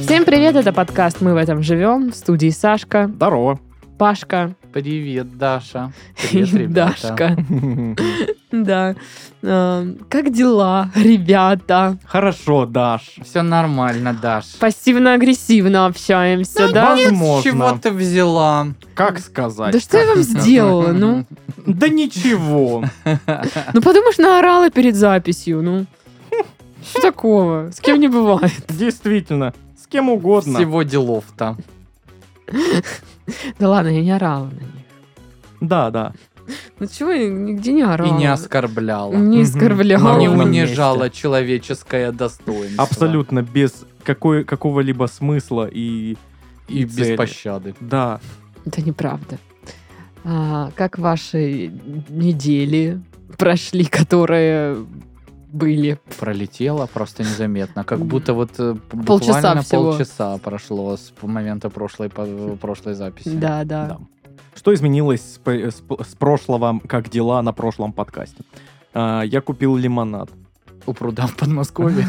Всем привет, это подкаст «Мы в этом живем» в студии Сашка, Здорово. Пашка Привет, Даша. Привет, и ребята. Дашка. Хорошо, Да. Э, Как дела, ребята? Даш. Все нормально, Даш. Пассивно-агрессивно общаемся, да? С чего Возможно. ты взяла? Как Да сказать? что я вам сделала, ну? Да ничего. Ну, подумаешь, наорала перед записью, ну. Что такого? С кем не бывает. Действительно. С кем угодно. Всего делов-то. Да ладно, я не орала на них. Да, да. Ну чего я нигде не орала? И не оскорбляла. Ну, Не Мгм. оскорбляла. На Не ровном унижала человеческое достоинство. Абсолютно без какой- какого-либо смысла и... И цели. без пощады. Да. Да неправда. А, как ваши недели прошли, которые были? Пролетела просто незаметно. Как будто вот э, буквально Полчаса всего. полчаса прошло с момента прошлой, по- прошлой записи. Да, да. да. Что изменилось с п- с п- с прошлого, как дела на прошлом подкасте? А, Я купил лимонад. У пруда в Подмосковье.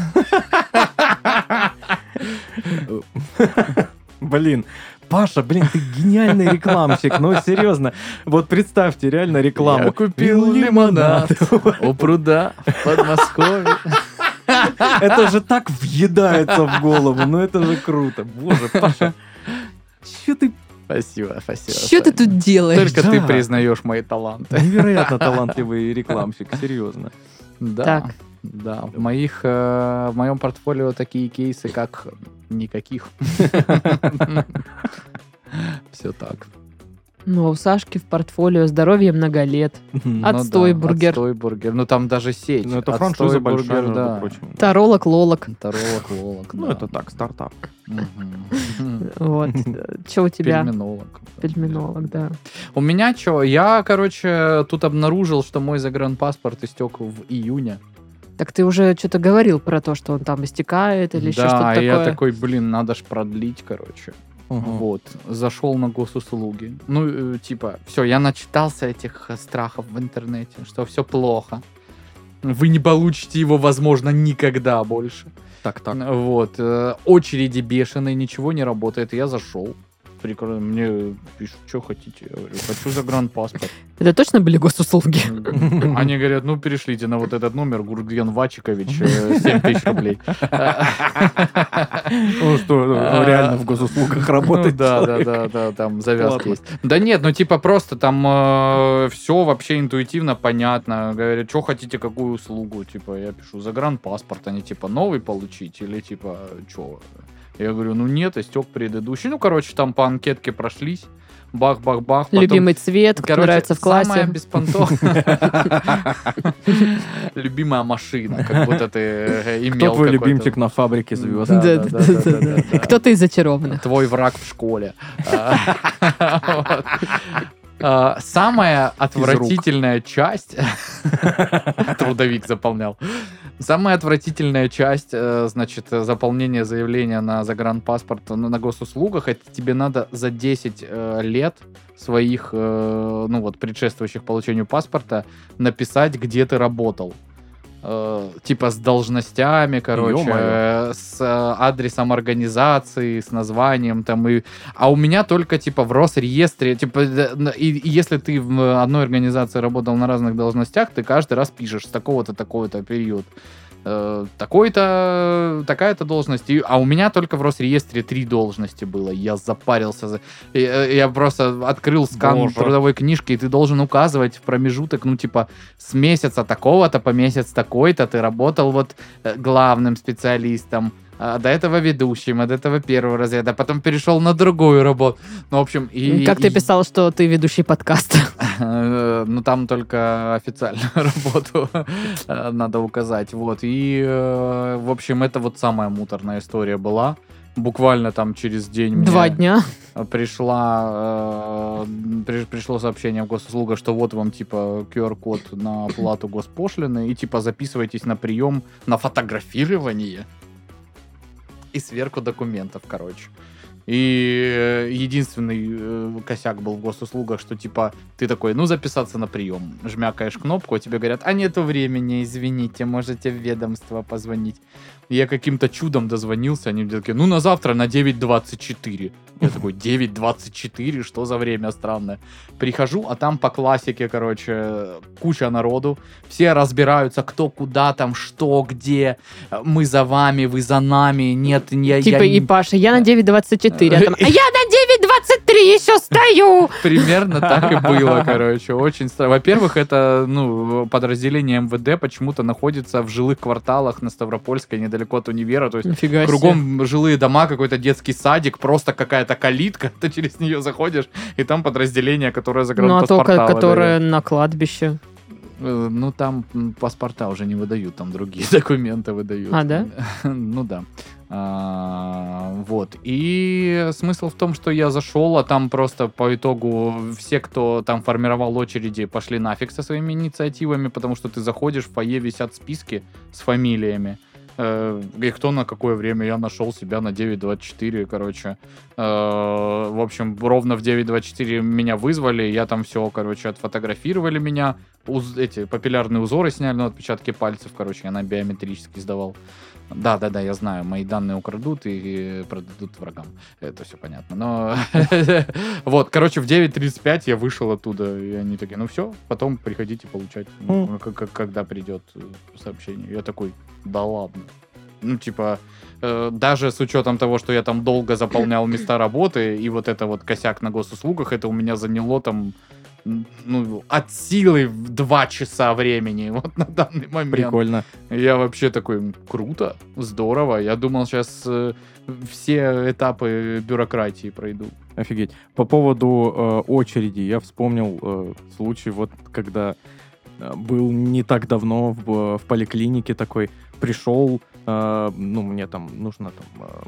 Блин, Паша, блин, ты гениальный рекламщик. Ну, серьезно. Вот представьте, реально рекламу. Я купил лимонад. У пруда в Подмосковье. Это же так въедается в голову. Ну, это же круто. Боже, Паша. Че ты Спасибо, спасибо. Что ты Саня. тут делаешь? Только ты Да. признаешь мои таланты. невероятно талантливый рекламщик, серьезно. Да. Так. Да, в, моих, э, в моем портфолио такие кейсы, как никаких. Все так. Ну, а у Сашки в портфолио здоровье много лет. Ну, Отстой, Ну да, бургер. Отстой, бургер. Ну там даже сеть. это Отстой, франшиза большая, бургер, между да. прочим. Таролог, лолок. Таролог, лолог, Ну, да. это так, стартап. Мгм. Вот. Что у тебя? Пельменолог. Пельменолог, да. У меня что? Я, короче, тут обнаружил, что мой загранпаспорт истек в июне. Так ты уже что-то говорил про то, что он там истекает или еще да, что-то и я такое. такой, блин, надо ж продлить, короче. Вот, зашел на госуслуги. Ну, э, типа, все, я начитался этих э, страхов в интернете, что все плохо. Вы не получите его, возможно, никогда больше. Так, так. Вот, э, очереди бешеные, ничего не работает. Я зашел. Прикро... Мне пишут, что хотите. Я говорю, хочу загранпаспорт. Это точно были госуслуги? Они говорят, ну перешлите на вот этот номер, Гурген Вачикович, э, 7 тысяч рублей. Ну что, ну, реально в госуслугах работает Ну да, человек. да, да, да, там завязки Ладно. есть. Да нет, ну типа просто там все вообще интуитивно понятно. Говорят, что хотите, какую услугу, типа я пишу загранпаспорт, они типа новый получить или типа что. Я говорю, ну нет, истек предыдущий. Ну, короче, там по анкетке прошлись. Бах-бах-бах. потом- Любимый цвет, кто Короче, нравится в классе. Самая беспонтовая. Любимая машина, как будто ты э, имел Кто твой какой-то- любимчик на фабрике звезд? Да, да, да, да, да, да. Кто-то из зачарованных. Твой враг в школе. А, вот. А, Самая отвратительная часть... Трудовик заполнял. Самая отвратительная часть, э, значит, э, заполнения заявления на загранпаспорт ну, на госуслугах, это тебе надо за 10 э, лет своих, э, ну вот, предшествующих получению паспорта написать, где ты работал. Э, типа с должностями, короче, Ё-моё. э, с э, адресом организации, с названием там и... А у меня только, типа, в Росреестре, типа, э, на- и, и если ты в э, одной организации работал на разных должностях, ты каждый раз пишешь с такого-то, такого-то период. э, такой-то, такая-то должность. И- а у меня только в Росреестре три должности было. Я запарился. за- и, э, я просто открыл скан Боже. трудовой книжки, и ты должен указывать в промежуток, ну, типа, с месяца такого-то по месяц такой-то ты работал вот э, главным специалистом, а до этого ведущим, а до этого первого разряда, а потом перешел на другую работу. Ну, в общем, и... Как ты и- писал, что ты ведущий подкаста? Э, Ну, там только официальную работу э, надо указать. Вот. И, э, в общем, это вот самая муторная история была. Буквально там через день мне Два дня. пришла, э, при- пришло сообщение в госуслуга, что вот вам типа QR-код на оплату госпошлины и типа записывайтесь на прием на фотографирование и сверку документов, короче. И э, единственный э, косяк был в госуслугах, что типа ты такой, ну записаться на прием, жмякаешь кнопку, а тебе говорят, а нету времени, извините, можете в ведомство позвонить. И я каким-то чудом дозвонился, они мне такие, ну на завтра на 9.24. Я такой, 9.24, что за время странное. Прихожу, а там по классике, короче, куча народу, все разбираются, кто куда там, что, где, мы за вами, вы за нами, нет, я... Типа, я... и не- Паша, я на 9.24, а там, а я на 9.23 еще стою! Примерно так и было, короче. Очень странно. Во-первых, это ну, подразделение МВД почему-то находится в жилых кварталах на Ставропольской, недалеко от универа. То есть Нифига кругом жилые дома, какой-то детский садик, просто какая-то калитка, ты через нее заходишь, и там подразделение, которое за Ну, а то, паспорта ко- которое на кладбище. Ну, там м, паспорта уже не выдают, там другие документы выдают. А, да? Ну, да. А, Вот. И смысл в том, что я зашел, а там просто по итогу все, кто там формировал очереди, пошли нафиг со своими инициативами, потому что ты заходишь, в фойе висят списки с фамилиями. Э, И кто на какое время я нашел себя на 9.24, короче. Э, В общем, ровно в 9.24 меня вызвали, я там все, короче, отфотографировали меня, уз- эти папиллярные узоры сняли, ну, отпечатки пальцев, короче, я на биометрический сдавал. Да, да, да, я знаю, мои данные украдут и продадут врагам. Это все понятно. Но вот, короче, в 9.35 я вышел оттуда, и они такие, ну все, потом приходите получать, ну, к- к- когда придет э, сообщение. Я такой, да ладно. Ну, типа, э, даже с учетом того, что я там долго заполнял места работы, и вот это вот косяк на госуслугах, это у меня заняло там м, ну, от силы в два часа времени, вот на данный момент. Прикольно. Я вообще такой, «М, круто, здорово. Я думал, сейчас все этапы бюрократии пройду. Офигеть. По поводу э, очереди, я вспомнил э, случай, вот когда э, был не так давно в, э, в поликлинике такой, пришел, э, ну, мне там нужно там э,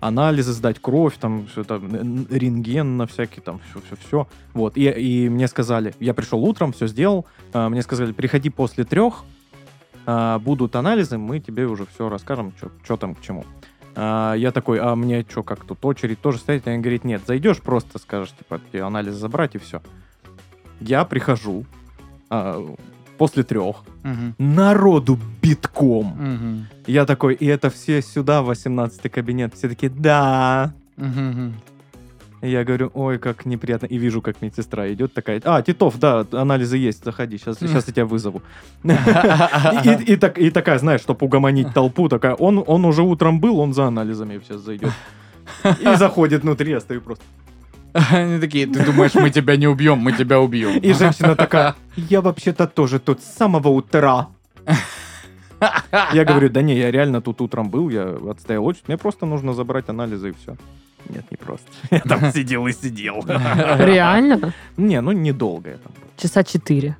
анализы сдать, кровь, там, всё там, н- рентген на всякий, там, все-все-все. Вот, и, и мне сказали, я пришел утром, все сделал, э, мне сказали, приходи после трех, э, будут анализы, мы тебе уже все расскажем, что там к чему. А, я такой, а мне что, как тут очередь тоже стоять? Они говорит, нет, зайдешь просто, скажешь, типа, тебе анализ забрать и все. Я прихожу а, после трех, народу битком. Я такой, и это все сюда, 18 кабинет. Все такие, да. Я говорю, ой, как неприятно. И вижу, как медсестра идет такая, а, Титов, да, анализы есть, заходи, сейчас, сейчас я тебя вызову. И, и- и так, и такая, знаешь, чтобы угомонить толпу, такая, он, он уже утром был, он за анализами сейчас зайдет. И заходит внутри, я стою просто. Они такие, ты думаешь, мы тебя не убьем, мы тебя убьем. И женщина такая, я вообще-то тоже тут с самого утра. Я говорю, да не, я реально тут утром был, я отстоял очередь, мне просто нужно забрать анализы и все. Нет, не просто. Я там сидел и сидел. Реально? Не, ну недолго я там был. Часа 4.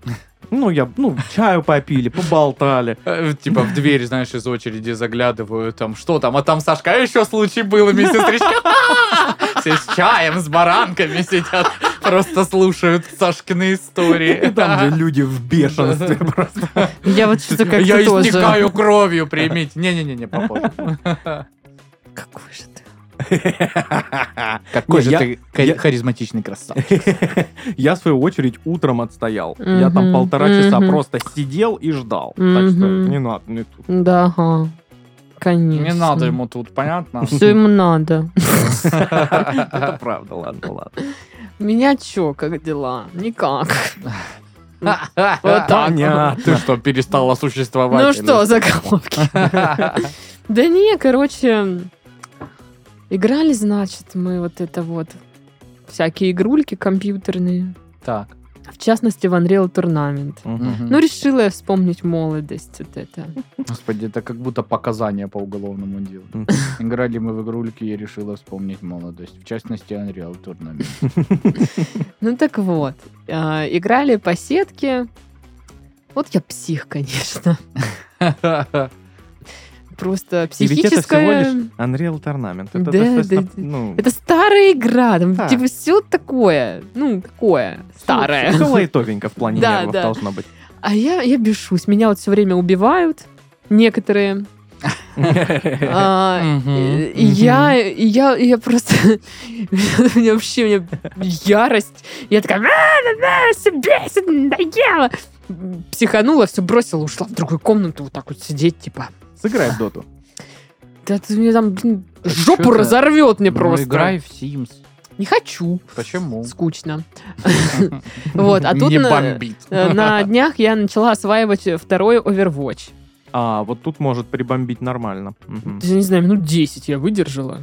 Ну, я, ну, чаю попили, поболтали. Э, Типа в дверь, знаешь, из очереди заглядываю, там, что там, а там Сашка, а еще случай был, и медсестричка. «А-а-а!» Все с чаем, с баранками сидят, просто слушают Сашкины истории. И там же люди в бешенстве просто. Я вот что-то как-то Я тоже... истекаю кровью, примите. Не-не-не, попозже. Какой же ты? Какой Не, же я- ты я- ха- харизматичный красавчик. Я, в свою очередь, утром отстоял. Я там Мгм, полтора часа мгм. просто сидел и ждал. Так что Мгм. не надо, не тут. Да, ага. Конечно. Не надо ему тут, понятно? Все ему надо. Это правда, ладно, ладно. У Меня чё, как дела? Никак. Вот Вот так. Ты что, перестала существовать? Ну что, заголовки. Да не, короче, играли, значит, мы вот это вот всякие игрульки компьютерные. Так. В частности, в Unreal Tournament. Ну, Ну, решила я вспомнить молодость вот это. Господи, это как будто показания по уголовному делу. Мгм. Играли мы в игрульки, я решила вспомнить молодость. В частности, Unreal Tournament. Ну так вот, а, играли по сетке. Вот я псих, конечно. Просто И ведь это всего психическая... лишь Unreal Tournament. Это Да, достаточно, да, да. ну, Это старая игра, там Да. типа все такое, ну такое, старое. Все лайтовенько в плане Да, нервов да. должно быть. А я, я бешусь, меня вот все время убивают некоторые. А, Мгм, И и я, и я, и я просто... У меня вообще у меня ярость. Я такая, «А-а-а, всё бесит, надоело. Психанула, все бросила, ушла в другую комнату вот так вот сидеть, типа. Сыграй в доту. Да ты мне там, блин, А Чё жопу ты? разорвет мне Ну, просто. играй в Sims. Не хочу. Почему? Скучно. Вот, а тут Не на- бомбит. Э, На днях я начала осваивать э, второй Overwatch. А, вот тут может прибомбить нормально. Мгм. Я не знаю, минут 10 я выдержала.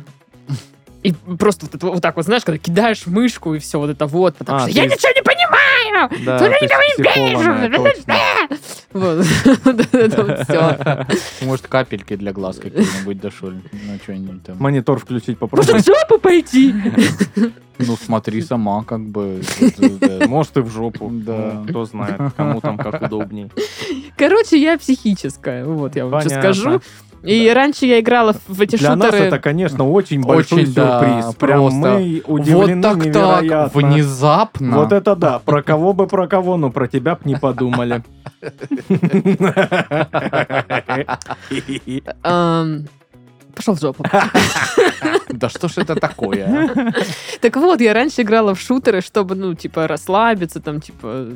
И просто вот, это вот так вот, знаешь, когда кидаешь мышку и все вот это вот, потому А, что ты я из- ничего не понимаю! Да, Тут ты психованная, точно. Вот, Вот это вот все. Может, капельки для глаз какие-нибудь дошли. Ну, что-нибудь там. Монитор включить Просто попробуй. в жопу пойти! Ну, смотри сама, как бы. Да. Может, и в жопу. Да. Ну, Кто знает, кому там как удобней. Короче, я психическая, вот я вам сейчас Понятно. скажу. И раньше я играла в в эти Для нас это, шутеры. конечно, очень большой Очень, да, сюрприз. Прям просто. мы удивлены Вот так так, невероятно. внезапно. Вот это да, про кого бы про кого, но про тебя б не подумали. Пошел в жопу. Да что ж это такое? а? Так вот, я раньше играла в шутеры, чтобы, ну, типа, расслабиться, там, типа, э,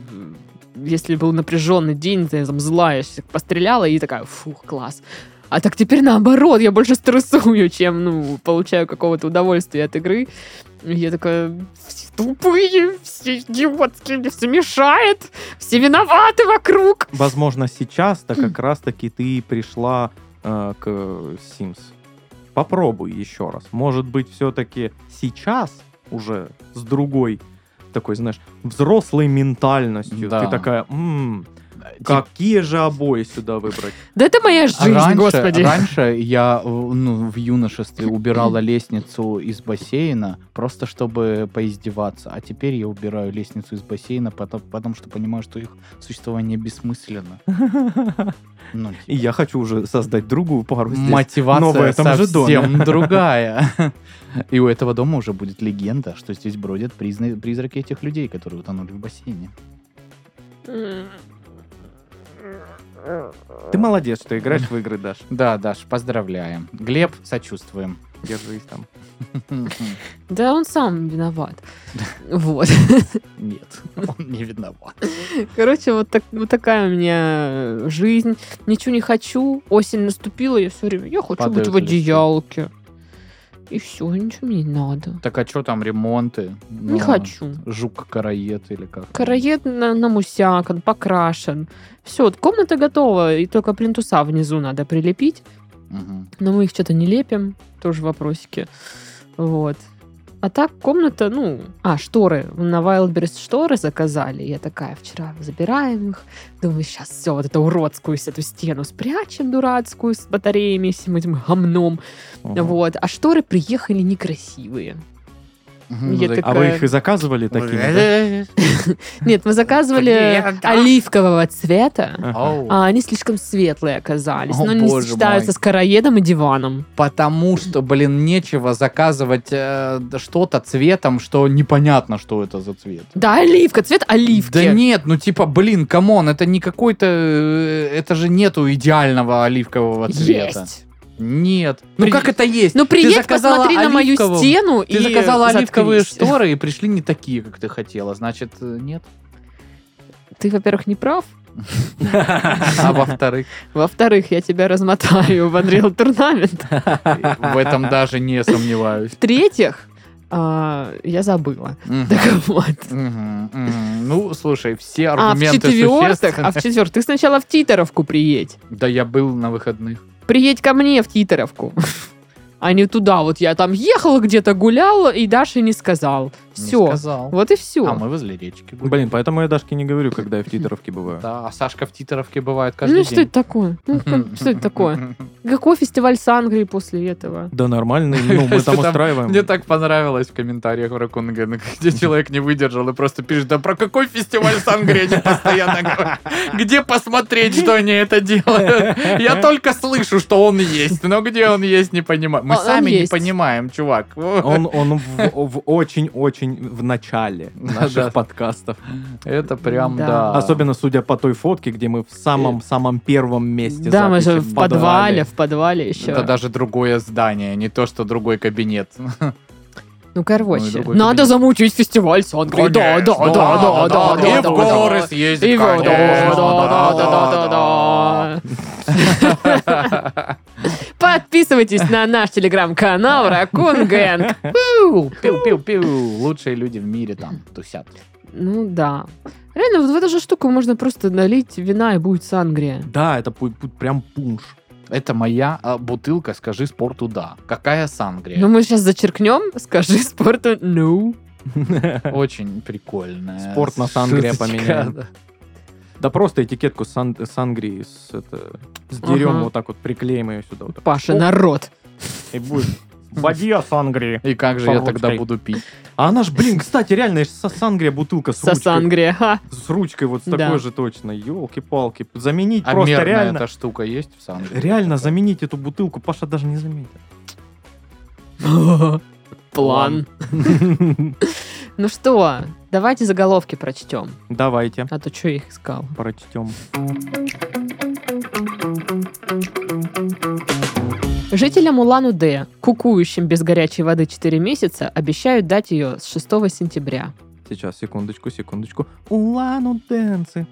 если был напряженный день, ты там злая, щас постреляла и такая, фух, класс. А так теперь наоборот, я больше стрессую, чем, ну, получаю какого-то удовольствия от игры. И Я такая, все тупые, все идиотские, мне все мешает, все виноваты вокруг. Возможно, сейчас-то как раз-таки ты пришла э, к Sims. Попробуй еще раз. Может быть, все-таки сейчас уже с другой такой, знаешь, взрослой ментальностью. Да. Ты такая, «М, какие же обои сюда выбрать? Да это моя А жизнь, раньше, господи. раньше я э, ну, в юношестве убирала лестницу из бассейна, просто чтобы поиздеваться. А теперь я убираю лестницу из бассейна, потом, потому что понимаю, что их существование бессмысленно. Ну, типа, И я хочу уже создать другую пару здесь. но в мотивация этом же совсем доме. другая. И у этого дома уже будет легенда, что здесь бродят призна- призраки этих людей, которые утонули в бассейне. Ты молодец, что играешь в игры, Даш. Да, Даш, поздравляем. Глеб, сочувствуем. Держись там. Да он сам виноват. Вот. Нет, он не виноват. Короче, вот, так, вот такая у меня э, жизнь. Ничего не хочу. Осень наступила, я все время, я хочу Падают быть в листья. одеялке. И все, ничего мне не надо. Так а что там ремонты? Не хочу. Жук-караед или как? Караед на, намусякан, покрашен. Все, комната готова, и только плинтуса внизу надо прилепить. Мгм. Но мы их что-то не лепим, тоже вопросики. Вот. А так комната, ну... А, шторы. На Wildberries шторы заказали. Я такая, вчера забираем их. Думаю, сейчас все, вот эту уродскую с- эту стену спрячем дурацкую с батареями, всем этим гомном. Вот. А шторы приехали некрасивые. Мгм. Я Ну, так- А вы их и заказывали такие? такие, Нет, мы заказывали Блин, да. оливкового цвета, да? Оу. а они слишком светлые оказались. О, Но они боже сочетаются мой. с короедом и диваном. Потому что, блин, нечего заказывать э, что-то цветом, что непонятно, что это за цвет. Да, оливка, цвет оливки. Да нет, ну типа, блин, камон, это не какой-то... э, Это же нету идеального оливкового цвета. Есть. Нет. Ну При- как это есть? Ну Ты приедь, заказала посмотри на мою оливковым. стену и Ты заказала оливковые заткнись. Э, шторы и пришли не такие, как ты хотела. Значит, э, нет. Ты, во-первых, не прав. А во-вторых, Во-вторых, я тебя размотаю в Unreal Tournament. в этом даже не сомневаюсь. В-третьих, а, я забыла. Мгм. Так вот. Мгм, мгм. Ну, слушай, все А в аргументы четвертых, существенны. а в четвертых, ты сначала в Титеровку приедь. Да я был на выходных. Приедь ко мне в Титеровку. А не туда. Вот я там ехала, где-то гуляла, и Даша не сказал. Не Все. сказал. Вот и все. А мы возле речки гуляли. Блин, поэтому я Дашке не говорю, когда я в титеровке бываю. Да, а Сашка в Титеровке бывает каждый ну день. что это такое? Ну как- что это такое? Какой фестиваль Сангрии после этого? Да нормальный, ну мы Если там там- устраиваем. Мне так понравилось в комментариях Ракунга, где человек не выдержал и просто пишет, да про какой фестиваль Сангрия они постоянно говорят? Где посмотреть, что они это делают? Я только слышу, что он есть, но где он есть, не понимаю. Мы Он- он сами не есть. понимаем, чувак. Он, он в в очень-очень очень в начале Да. наших подкастов. Это прям, Да. да. Особенно судя по той фотке, где мы в самом-самом первом месте Да, мы же записи, в подвале, в подвале еще. Это даже другое здание, не то, что другой кабинет. Ну, короче, другой надо кабинет. замучить фестиваль с Англией. Да, да, да, да, да, да. И в да, горы да. съездить, И в горы, да, конечно, да, да, да, да. Подписывайтесь на наш телеграм-канал Ракун Гэнг. Пиу, пиу, пиу, пиу. Лучшие люди в мире там тусят. Ну да. Реально, вот в эту же штуку можно просто налить вина и будет сангрия. Да, это пу- пу- прям пунш. Это моя а, бутылка, скажи спорту да. Какая сангрия? Ну, мы сейчас зачеркнем, скажи спорту ну. Очень прикольная. Спорт на сангрия шуточка, поменяем. да. Да просто этикетку сан- сангрии с, это, сдерем Ага. вот так вот, приклеим ее сюда. вот так. Паша, О. народ. И будет бадья сангрии. И как же я тогда Павловской. буду пить? А она ж, блин, кстати, реально ж са- сангрия бутылка с Со ручкой. сангрия. ха. С ручкой вот с такой Да. же точно. Елки-палки. Заменить А просто мерная реально. эта штука есть в сангрии? Реально заменить эту бутылку Паша даже не заметит. План. Ну что, давайте заголовки прочтем. Давайте. А то что их искал? Прочтем. Жителям Улан-Удэ, кукующим без горячей воды 4 месяца, обещают дать ее с 6 сентября. Сейчас, секундочку, секундочку. Улану Дэнсы.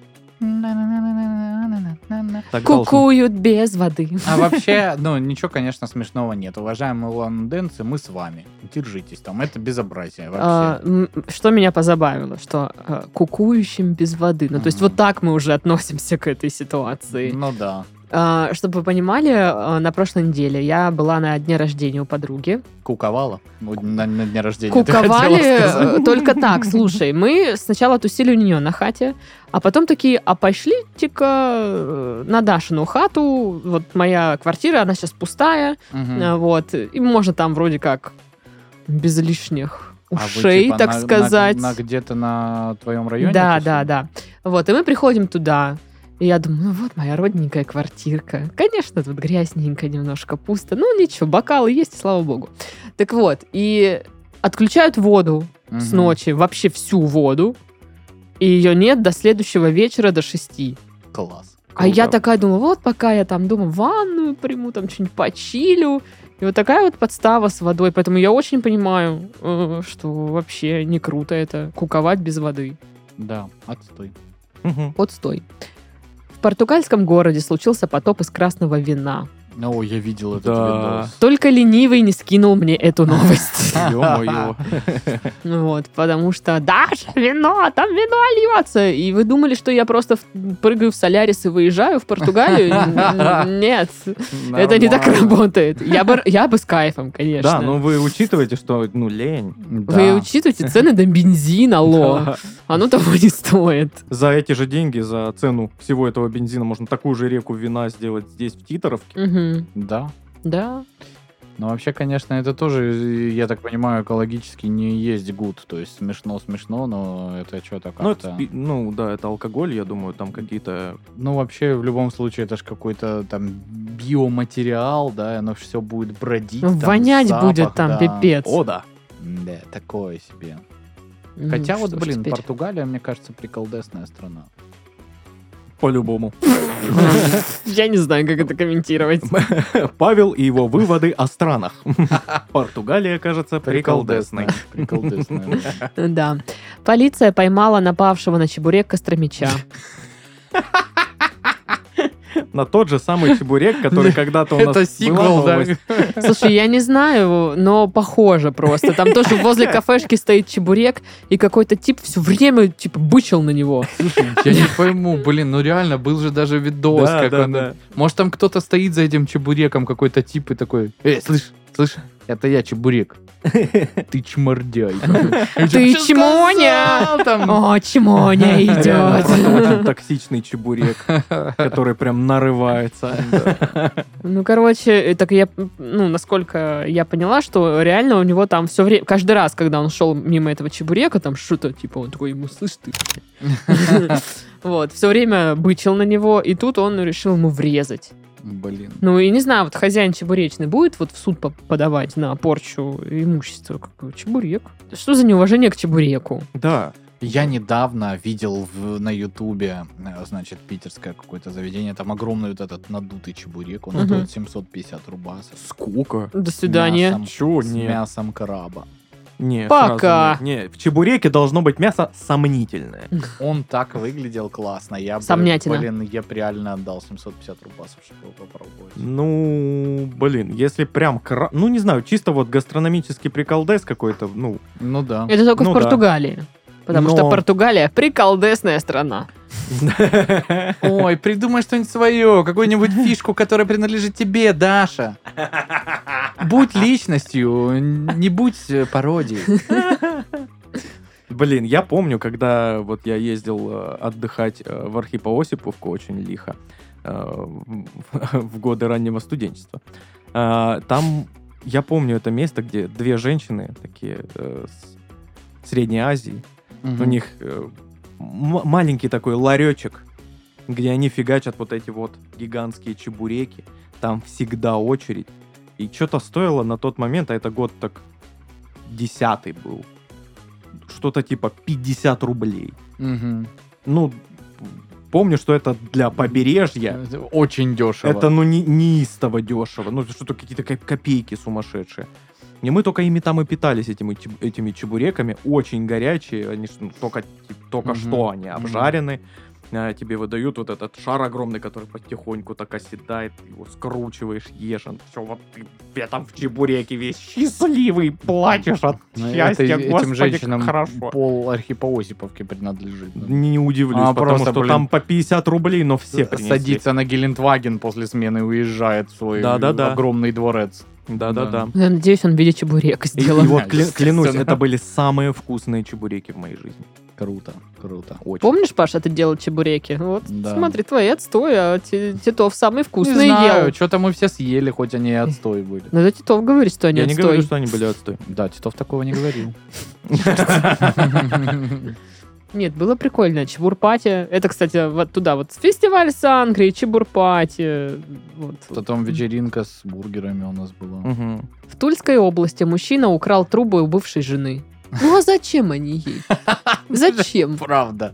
Так должно. Кукуют без воды. А вообще, ну, ничего, конечно, смешного нет. Уважаемые лондонцы, мы с вами. Держитесь там, это безобразие А, вообще. Ну м, Что меня позабавило, что а, кукующим без воды. Ну, то есть Мгм. вот так мы уже относимся к этой ситуации. Ну да, А, Чтобы вы понимали, а, на прошлой неделе я была на дне рождения у подруги. куковала ну, на, на дне рождения. ты Куковали хотела сказать. э, только так, слушай, мы сначала тусили у нее на хате, а потом такие, а пошли-ка э, на Дашину хату, вот моя квартира, она сейчас пустая, Мгм. А э, вот, и можно там вроде как без лишних А вы, ушей, типа, так на- на- сказать. на где-то на твоем районе? Да, тусили? да, да. Вот, и мы приходим туда. И я думаю, ну вот моя родненькая квартирка. Конечно, тут грязненько, немножко пусто. Ну ничего, бокалы есть, слава богу. Так вот, и отключают воду Мгм. с ночи, вообще всю воду. И ее нет до следующего вечера, до шести. Класс. А я Круто. такая думаю, вот пока я там думаю, ванную приму, там что-нибудь почилю. И вот такая вот подстава с водой. Поэтому я очень понимаю, э, что вообще не круто это куковать без воды. Да, отстой. Мгм. Отстой. В португальском городе случился потоп из красного вина. Ну, я видел этот Да. видос. Только ленивый не скинул мне эту новость. Ё-моё. Вот, потому что даже вино, там вино льется. И вы думали, что я просто в- прыгаю в солярис и выезжаю в Португалию? Н- Нет, это не так Нормально. ну работает. Я бы, я бы с кайфом, конечно. Да, но вы учитываете, что, ну, лень. Да. Вы учитываете цены на бензин, алло. Да. Оно того не стоит. За эти же деньги, за цену всего этого бензина можно такую же реку вина сделать здесь, в Титаровке. Мгм. Да. Да. Ну, вообще, конечно, это тоже, я так понимаю, экологически не есть гуд. То есть смешно-смешно, но это что-то как-то... Ну, это спи- ну, да, это алкоголь, я думаю, там какие-то... Ну, вообще, в любом случае, это же какой-то там биоматериал, да, и оно все будет бродить. там, Вонять запах, будет там да. пипец. О, да. Да, такое себе. Ну, Хотя вот, что ж блин, теперь. Португалия, мне кажется, приколдесная страна. По-любому. Я не знаю, как это комментировать. Павел и его выводы о странах. Португалия, кажется, приколдесной. Приколдесная. да. Да. Полиция поймала напавшего на чебурек Костромича. На тот же самый чебурек, который когда-то у нас была Это сиквел, да. новость. Слушай, я не знаю, но похоже просто. Там тоже возле кафешки стоит чебурек, и какой-то тип все время типа бычил на него. Я не пойму, блин, ну реально, был же даже видос, Да, как да, он... да. Может, там кто-то стоит за этим чебуреком, какой-то тип и такой, «Эй, слышь, слышь, это я чебурек. Ты чмордяй. Ты чмоня! О, чмоня Реально, идет. просто очень токсичный чебурек, который прям нарывается. Ну, короче, э, так я, ну, насколько я поняла, что реально у него там все время, каждый раз, когда он шел мимо этого чебурека, там что-то, типа, он такой ему, слышь ты. Вот, все время бычил на него, и тут он решил ему врезать. Блин. Ну, и не знаю, вот хозяин чебуречный будет вот в суд по- подавать на порчу имущества? Как бы, Чебурек. Что за неуважение к чебуреку? Да. Я недавно видел в- на Ютубе, э, значит, питерское какое-то заведение, там огромный вот этот надутый чебурек, он Мгм. стоит 750 рубасов. Скука. До свидания. Мясом, Чё? с Не, мясом краба. не, Пока. сразу не. Не, в чебуреке должно быть мясо сомнительное. Он так выглядел классно. Я бы, Сомнятина. блин, я бы реально отдал 750 рубасов, чтобы его попробовать. Ну, блин, если прям... кра- Ну, не знаю, чисто вот гастрономический приколдес какой-то, ну, Ну да. Это только Ну в да. Португалии. Потому Но- что Португалия приколдесная страна. Ой, придумай что-нибудь свое, какую-нибудь фишку, которая принадлежит тебе, Даша. Будь личностью, не будь э, пародией. Блин, я помню, когда вот я ездил э, отдыхать э, в Архипоосиповку очень лихо э, в в годы раннего студенчества. А, Там, я помню это место, где две женщины такие э, с Средней Азии, у них э, м- маленький такой ларечек, где они фигачат вот эти вот гигантские чебуреки. Там всегда очередь. И что-то стоило на тот момент, а это год так десятый был. Что-то типа 50 рублей. Мгм. Ну, помню, что это для побережья. Это Очень дешево. Это, ну, не, неистово дешево. Ну, что-то какие-то ко- копейки сумасшедшие. И мы только ими там и питались, этими, чеб- этими чебуреками. Очень горячие. Они ж, ну, только, тип- только Мгм. что они Мгм. обжарены. А, Тебе выдают вот этот шар огромный, который потихоньку так оседает. Ты Его скручиваешь, ешь. Все, вот ты в этом в чебуреке весь счастливый. Плачешь от Ну, это счастья. этим Господи, как женщинам хорошо. пол архипоосиповки принадлежит. Не удивлюсь, А, потому просто, что блин. там по 50 рублей, но все принесли. Э, Садится на Гелендваген после смены и уезжает в свой Да-да-да. огромный дворец. Да-да-да. Я надеюсь, он в виде чебурека И, и сделал. вот кля- Естественно. клянусь, это были самые вкусные чебуреки в моей жизни. Круто, круто. Очень. Помнишь, Паша, ты делал чебуреки? Вот, Да. смотри, твои отстой, а Ти- Титов самый вкусный Не знаю, ел. что-то мы все съели, хоть они и отстой были. Надо Титов говорит, что они Я не отстой. говорю, что они были отстой. Да, Титов такого не говорил. Нет, было прикольно. Чебурпати. Это, кстати, вот туда вот. Фестиваль Сангрии, Чебурпати. Вот. Потом вечеринка с бургерами у нас была. Мгм. В Тульской области мужчина украл трубы у бывшей жены. Ну а зачем они ей? Зачем? Правда.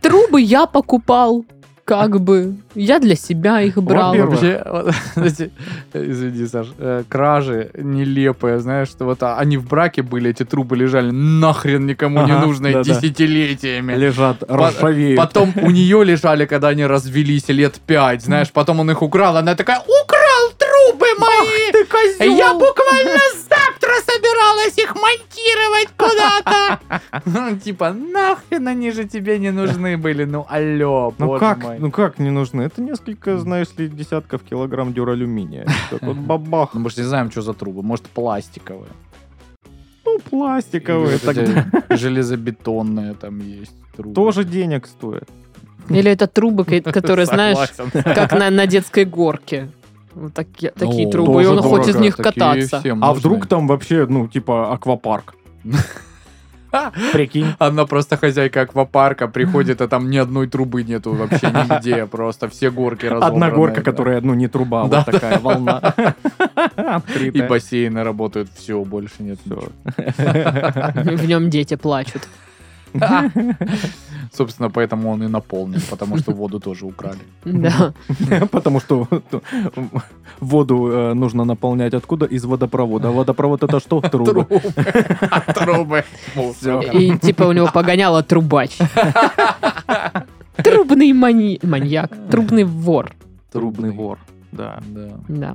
Трубы я покупал, как бы. Я для себя их брал. Во-первых, Вообще, вот, знаете, извини, Саш, э, кражи нелепые, знаешь, что вот а, они в браке были, эти трубы лежали нахрен никому не Ага, нужные да-да. десятилетиями. Лежат, ржавеют. Потом у нее лежали, когда они развелись лет пять, знаешь, потом он их украл, она такая, украл трубы мои! Ты козел! Я буквально завтра собиралась их монтировать куда-то. Ну, Типа, нахрен они же тебе не нужны были. Ну, алло, Ну боже как, мой. ну как не нужны? Это несколько, знаешь ли, десятков килограмм дюралюминия. Так вот бабах. Ну, мы же не знаем, что за трубы. Может, пластиковые. Ну пластиковые. Или вот эти тогда Железобетонные там есть трубы. Тоже денег стоит. Или это трубы, ка- которые, знаешь, Согласен. как на, на детской горке. Вот таки- такие Ну, трубы, и тоже он хочет из дорого. них Такие кататься. всем А нужны. вдруг там вообще, ну, типа аквапарк? Прикинь. Она просто хозяйка аквапарка приходит, а там ни одной трубы нету вообще нигде, просто все горки разобраны. Одна горка, да. которая, ну, не труба, Да, вот такая волна. И Открытая. бассейны работают, все, больше нет. Всё. ничего. В нем дети плачут. Собственно, поэтому он и наполнен, потому что воду тоже украли. Да. Потому что воду э, нужно наполнять откуда? Из водопровода. А водопровод это что? Трубы. Трубы. И типа у него погоняла трубач. Трубный мани- маньяк. Трубный вор. Трубный вор. Да. Да. Да.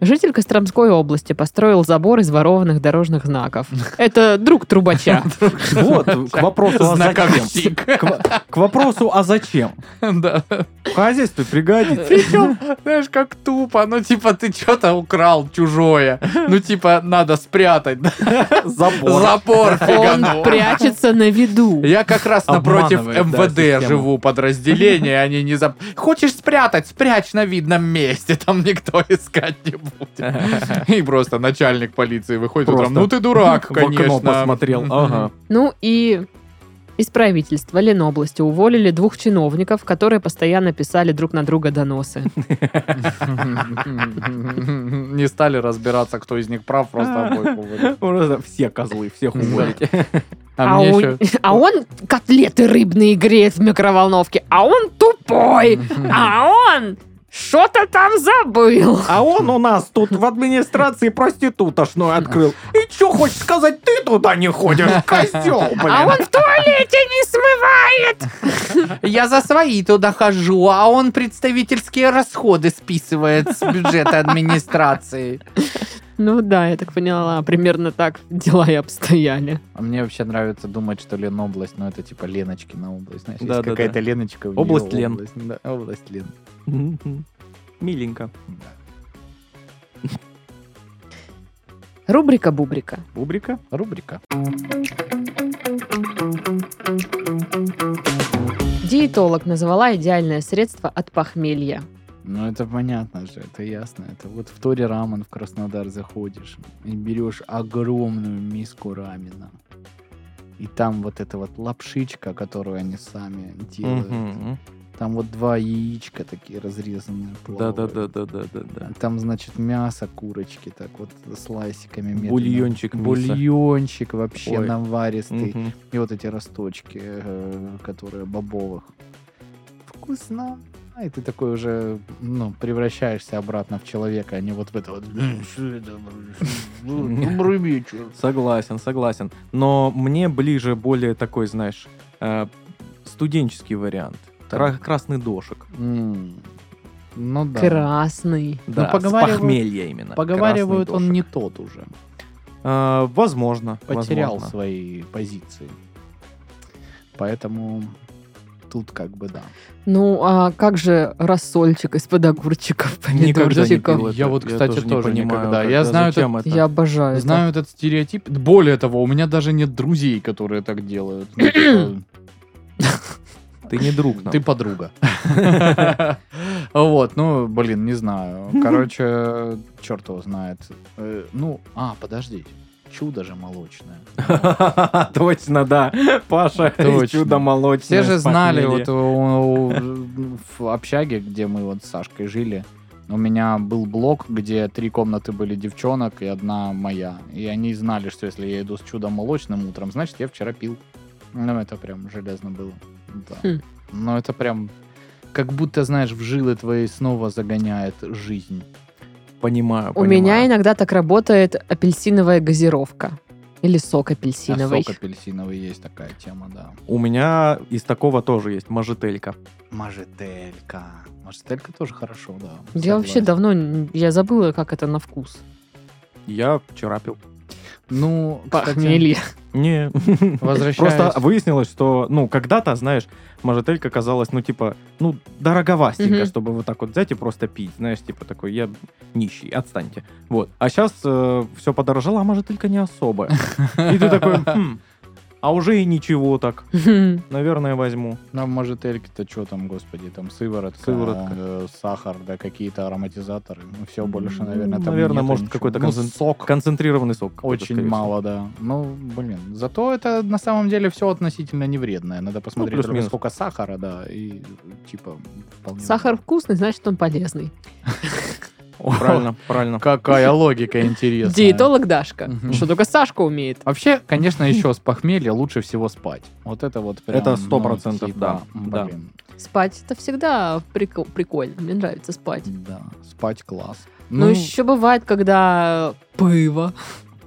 Житель Костромской области построил забор из ворованных дорожных знаков. Это друг трубача. Вот, к вопросу о зачем. Знаковщик. К во- К вопросу о зачем. Да. В хозяйстве пригодится. Причем, знаешь, как тупо. Ну, типа, ты что-то украл чужое. Ну, типа, надо спрятать. да. Забор. Запор Он фиганул. прячется на виду. Я как раз напротив Обманывает, да, МВД систему. живу подразделение, они не за... Хочешь спрятать, спрячь на видном месте, там никто искать не будет. И просто начальник полиции выходит Просто утром, ну ты дурак, В окно конечно. посмотрел. Ага. Ну и Из правительства Ленобласти уволили двух чиновников, которые постоянно писали друг на друга доносы. Не стали разбираться, кто из них прав, просто обоих уволили. Просто все козлы, всех уволите. А мне он, еще... а он котлеты рыбные греет в микроволновке, а он тупой, а он что-то там забыл. А он у нас тут в администрации проститутошную открыл. И что хочешь сказать, ты туда не ходишь, козел, А блин. он в туалете не смывает. Я за свои туда хожу, а он представительские расходы списывает с бюджета администрации. Ну да, я так поняла, примерно так дела и обстояли. А мне вообще нравится думать, что Лен область, но это типа Леночки на область. Знаешь, есть Да-да-да. какая-то Леночка. у неё Область Лен. область. Да, область Лен. Мгм. Миленько. Да. Рубрика Бубрика. Бубрика? Рубрика. Диетолог назвала идеальное средство от похмелья. Ну, это понятно же, это ясно. Это вот в Торе Рамен в Краснодар заходишь и берешь огромную миску рамена. И там вот эта вот лапшичка, которую они сами делают. Мгм. Там вот два яичка такие разрезанные. плавают. Да-да-да-да-да-да. Там, значит, мясо курочки, так вот слайсиками. медленно. Бульончик мяса. Бульончик вообще Ой. наваристый. Мгм. И вот эти росточки, э, которые бобовых. Вкусно. А, И ты такой уже, ну, превращаешься обратно в человека, а не вот в это вот. «Э, что это, блин, что это, блин, добрый вечер». Согласен, согласен. Но мне ближе более такой, знаешь, э, студенческий вариант. Так. Кра- Красный дошик. М, Ну да. Красный. Да, Ну, с поговаривают- похмелья именно. Поговаривают, Красный он не дошик. тот уже. Э, возможно. Потерял возможно. свои позиции. Поэтому тут как бы да. Ну, а как же рассольчик из-под огурчиков, Никогда не помидорчиков? пил это. Я вот, не кстати, тоже понимаю, никогда. как- Я а знаю, зачем это. Я обожаю. это. Знаю этот стереотип. Более того, у меня даже нет друзей, которые так делают. Ну, типа, Ты не друг нам. Ты подруга. Вот, ну, блин, не знаю. Короче, черт его знает. Э, Ну, а, подожди. Чудо же молочное. Точно, да. Паша, Точно. из чудо молочное. Все же с знали, похмелья. вот у- у- в общаге, где мы вот с Сашкой жили, у меня был блок, где три комнаты были девчонок и одна моя. И они знали, что если я иду с чудом молочным утром, значит, я вчера пил. Ну, это прям железно было. Да. Хм. Но это прям как будто, знаешь, в жилы твои снова загоняет жизнь. Понимаю, У меня иногда так работает апельсиновая газировка. Или сок А апельсиновый. сок апельсиновый есть такая тема, да. У меня из такого тоже есть мажетелька. Мажетелька. Мажетелька тоже хорошо, да. Я вообще согласен. давно, н- я забыла, как это на вкус. Я вчера пил. Ну, кстати, Похмелье. Не. возвращаясь... Просто выяснилось, что, ну, когда-то, знаешь, мажетелька казалась, ну, типа, ну, дороговастенько, Мгм. чтобы вот так вот взять и просто пить. Знаешь, типа такой, я нищий, отстаньте. Вот. А сейчас все подорожало, а мажетелька не особо. И ты такой, «Хм, а уже и ничего так. Мгм. Наверное, возьму. Ну, может, эльки-то что там, господи, там сыворотка, Сыворотка. э, сахар, да, какие-то ароматизаторы. Ну, все больше, Ну, наверное, там наверное, нету может, ничего. какой-то Ну, концен- сок Концентрированный сок. какой-то, очень скорее всего. мало, да. Ну, блин, зато это на самом деле все относительно не вредное. Надо посмотреть, только плюс-минус. сколько сахара, да, и типа вполне... Сахар вкусный, значит, он полезный. О, Правильно, правильно. Какая логика интересная. Диетолог Дашка. Мгм. Что только Сашка умеет. Вообще, конечно, еще с похмелья лучше всего спать. Вот это вот прям... Это ну, 100%, типа, да, да. блин, Спать это всегда прикол- прикольно. Мне нравится спать. да, спать класс. Ну, еще бывает, когда пыво.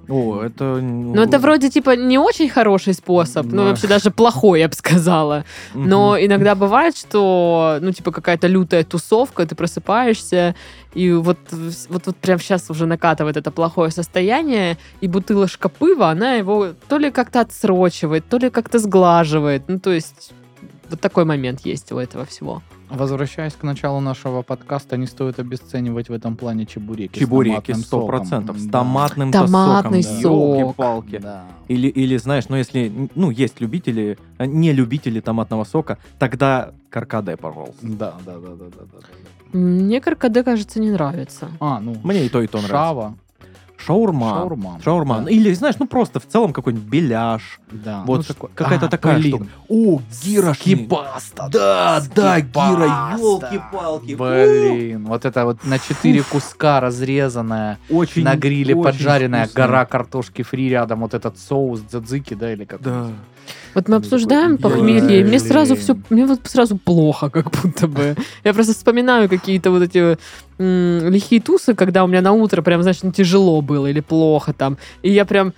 О, это... Ну, это вроде, типа, не очень хороший способ. Ну, Да. вообще даже плохой, я бы сказала. Мгм. Но иногда бывает, что, ну, типа, какая-то лютая тусовка, ты просыпаешься, и вот, вс- вот, вот прям сейчас уже накатывает это плохое состояние, и бутылочка пыва, она его то ли как-то отсрочивает, то ли как-то сглаживает. Ну, то есть, вот такой момент есть у этого всего. Возвращаясь к началу нашего подкаста, не стоит обесценивать в этом плане чебуреки. Чебуреки с сто томатным процентов. С соком. томатным Томатный соком. сок. Ёлки-палки. Да. Или, или, знаешь, ну если, ну, есть любители, э, не любители томатного сока, тогда каркаде, пожалуйста. Да, да, да, да, да, да, да, да. Мне каркаде, кажется, не нравится. А, ну, Мне и то, и то нравится. шава. Шаурма. Шаурма. Шаурма. Да. Или, знаешь, ну просто в целом какой-нибудь беляш. Да. вот Ну, ш- такой- какая-то А, такая блин. штука. О, гирошный. Скибаста. Да, да, гиро, Скибаста. елки-палки. Блин, вот это вот на четыре куска разрезанная, Фу, Очень, на гриле очень поджаренная, вкусно. гора картошки фри рядом, вот этот соус дзадзики, да, или как? Да. Вот мы Ну, обсуждаем такой, похмелье, и мне блин. сразу все, мне вот сразу плохо, как будто бы. Я просто вспоминаю какие-то вот эти м, лихие тусы, когда у меня на утро прям, знаешь, ну, тяжело было или плохо там, и я прям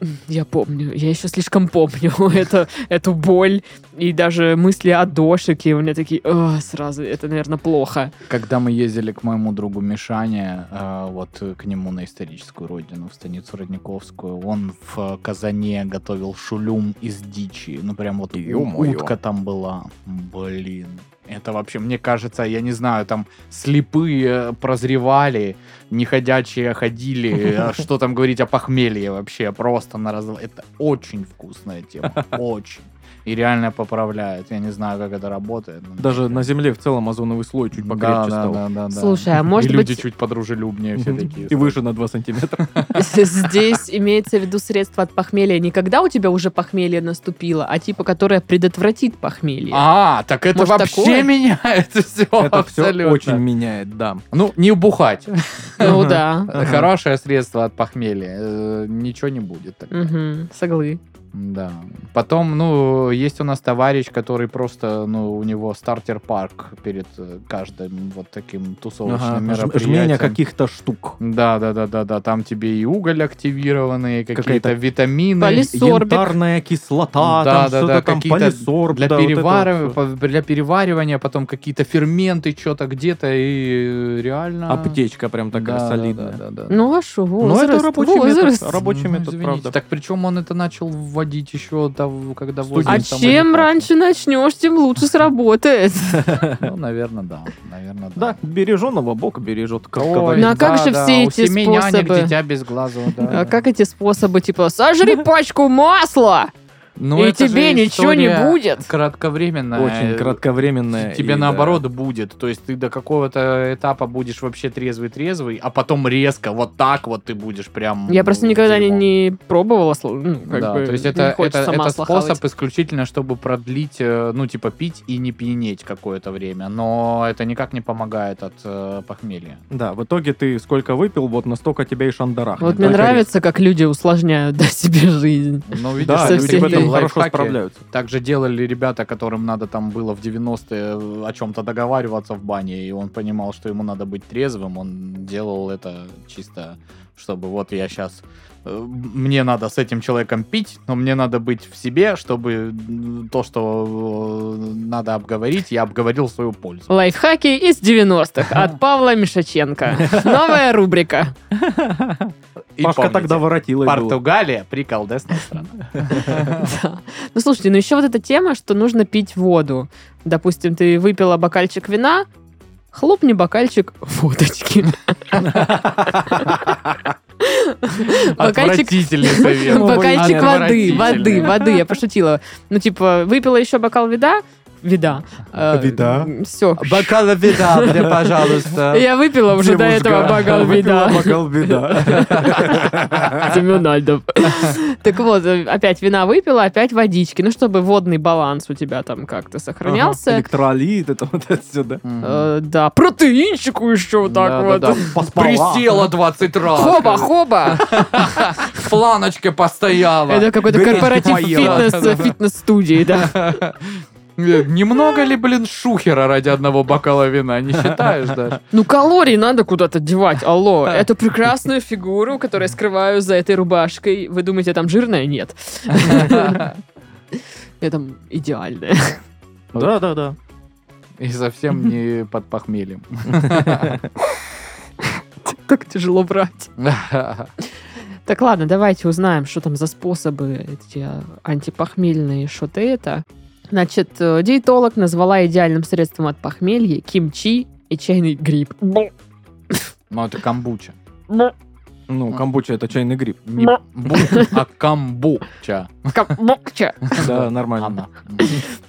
м, я помню, я еще слишком помню это, эту боль и даже мысли о дошике у меня такие, «О, сразу, это, наверное, плохо. Когда мы ездили к моему другу Мишане, э, вот э, к нему на историческую родину, в станицу Родниковскую, он в э, Казане готовил шулюм из дичи. Ну, прям вот у- Ё-моё. утка там была. Блин. Это вообще, мне кажется, я не знаю, там слепые прозревали, неходячие ходили. А Что там говорить о похмелье вообще? Просто на разв... Это очень вкусная тема. Очень. И реально поправляет. Я не знаю, как это работает. но- Даже на земле в целом озоновый слой чуть да, покрепче да, стал. да, да, да. Слушай, а может И люди быть- чуть подружелюбнее все такие. И выше на 2 сантиметра. Здесь имеется в виду средство от похмелья. Не когда у тебя уже похмелье наступило, а типа, которое предотвратит похмелье. А, так это Может, вообще такое? меняет все Это все абсолютно. очень меняет, да. Ну, не бухать. Ну да. Ага. Хорошее средство от похмелья. Э, Ничего не будет. тогда. Мгм, соглы. Да. Потом, ну, есть у нас товарищ, который просто, ну, у него стартер-парк перед э, каждым вот таким Ага, тусовочным ж- мероприятием. Жмение каких-то штук. Да, да, да, да, да. Там тебе и уголь активированный, какие-то Какая-то витамины. Полис- Сорбик. Янтарная кислота, Да, там да, что-то да, там, какие-то полисорб. для, да, вот это вот переварив- всё. по- для переваривания, потом какие-то ферменты, что-то где-то, и э, реально... Аптечка прям такая Да, да, солидная. да, да, да. Ну а что, Ну, возраст, это рабочий возраст. метод, рабочий Ну, метод, извините. правда. Так причем он это начал вводить еще, до- когда Студент А возраст там чем был. раньше начнешь, тем лучше сработает. Ну, наверное, да. Наверное, Да, да. береженого бог бережет. как Ой, говорится. Ну, а как же все у эти семей нянек способы? дитя без глазу, да. А как эти способы, типа, сожри пачку масла, Ну, и это же тебе ничего не история будет. Кратковременная. Очень кратковременное. Тебе и, да. наоборот будет. То есть ты до какого-то этапа будешь вообще трезвый-трезвый, а потом резко вот так вот ты будешь прям... Я просто ну, никогда не, дерьмом. не пробовала, сло- ну, как Да, бы, то есть не это, это, хочется это масло способ хавать. исключительно, чтобы продлить, э, ну, типа, пить и не пьянеть какое-то время. Но это никак не помогает от э, похмелья. Да, в итоге ты сколько выпил, вот настолько тебя и шандарах. Вот мне нравится, как люди усложняют да, себе жизнь. Но Ну, видишь, Да, со люди в всеми этом хорошо лайфхаки. справляются. Так же делали ребята, которым надо там было в 90-е о чем-то договариваться в бане, и он понимал, что ему надо быть трезвым, он делал это чисто, чтобы вот я сейчас... Мне надо с этим человеком пить, но мне надо быть в себе, чтобы м, то, что э, надо обговорить, я обговорил в свою пользу. Лайфхаки из 90-х от Павла Мишаченко. Новая рубрика. И Пашка помните, тогда воротила. Португалия, приколдесная страна. Да. Ну, слушайте, ну еще вот эта тема, что нужно пить воду. Допустим, ты выпила бокальчик вина, хлопни бокальчик водочки. Бокальчик Отвратительный совет. Бокальчик воды, Отвратительный. воды, воды, я пошутила. Ну, типа, выпила еще бокал вида, вида. Вида. Все. Бокал вина, мне, А, пожалуйста. Я выпила уже до этого бокал вида. Семен Альдов. Так вот, э, опять вина выпила, опять водички. Ну, чтобы водный баланс у тебя там как-то сохранялся. Электролит, это вот отсюда. Мгм. Э, Да, протеинчику еще вот так вот. Да-да-да. Присела 20 раз. Хоба, хоба! В планочке постояла. Это какой-то Горячки корпоратив поела. фитнес, фитнес-студии, да. Э, Немного ли, блин, шухера ради одного бокала вина? Не считаешь даже? Ну, калории надо куда-то девать, алло. Эту прекрасную фигуру, которую я скрываю за этой рубашкой. Вы думаете, я там жирная? Нет. Я там идеальная. Да, да, да. И совсем не под похмельем. Так тяжело брать. Так, ладно, давайте узнаем, что там за способы эти антипохмельные, что ты это. Значит, э, диетолог назвала идеальным средством от похмелья кимчи и чайный гриб. Ну, это камбуча. Ну, камбуча это чайный гриб. Не Ма. бу, а камбуча. Кабача. Да, нормально. Она.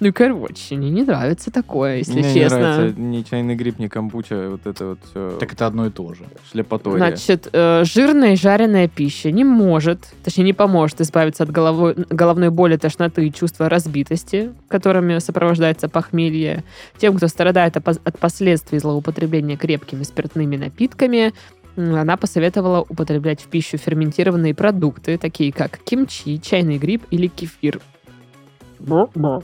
Ну, короче, мне не нравится такое, если Мне не честно. нравится ни чайный гриб, ни камбуча, вот это вот все Так это одно и то же. шлепотория. Значит, э, жирная и жареная пища не может, точнее, не поможет избавиться от головой- головной боли, тошноты и чувства разбитости, которыми сопровождается похмелье. Тем, кто страдает опо- от последствий злоупотребления крепкими спиртными напитками, м, она посоветовала употреблять в пищу ферментированные продукты, такие как кимчи, чайный гриб или кефир. Бу-бу.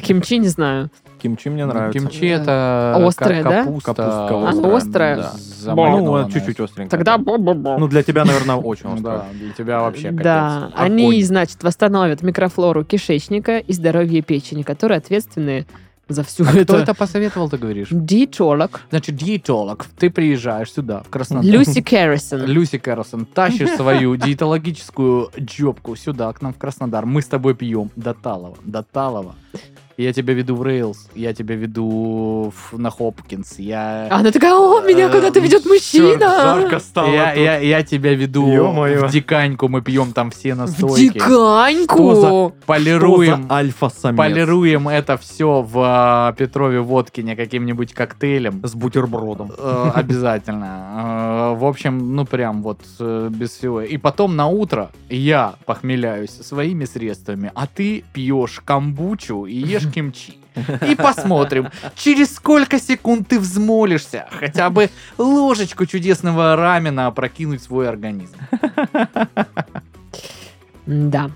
Кимчи не знаю. Кимчи мне Ну, нравится. Кимчи это Острое, ка- да? капуста. Капустка Она острая. Острая. да, Ну, замаринованная. а, чуть-чуть остренько. Тогда да. бу-бу-бу. Ну, для тебя, наверное, очень Ну остро. Да, для тебя вообще капец. Да, Огонь. они, значит, восстановят микрофлору кишечника и здоровье печени, которые ответственны за всю А эту... Кто это посоветовал, ты говоришь? Диетолог Значит, диетолог, ты приезжаешь сюда, в Краснодар. Люси Кэррисон. Люси Кэрросон, тащишь свою диетологическую джобку сюда, к нам в Краснодар. Мы с тобой пьем до Талова, до Талова. Я тебя веду в Рейлс, я тебя веду в- на Хопкинс, я... А Она такая, о, меня Э, куда-то ведет ну, чёрт, мужчина. Жарко стало Я, тут. я, я тебя веду Ё-моё. в Диканьку, мы пьем там все В настойки. Что диканьку. Полируем, альфа-самец. полируем это все в э, Петрове Водкине каким-нибудь коктейлем. С бутербродом. Э, Обязательно. Э, В общем, ну прям вот э, без всего. И потом на утро я похмеляюсь своими средствами, а ты пьешь камбучу и ешь кимчи. И посмотрим, через сколько секунд ты взмолишься хотя бы ложечку чудесного рамена опрокинуть в свой организм. Да.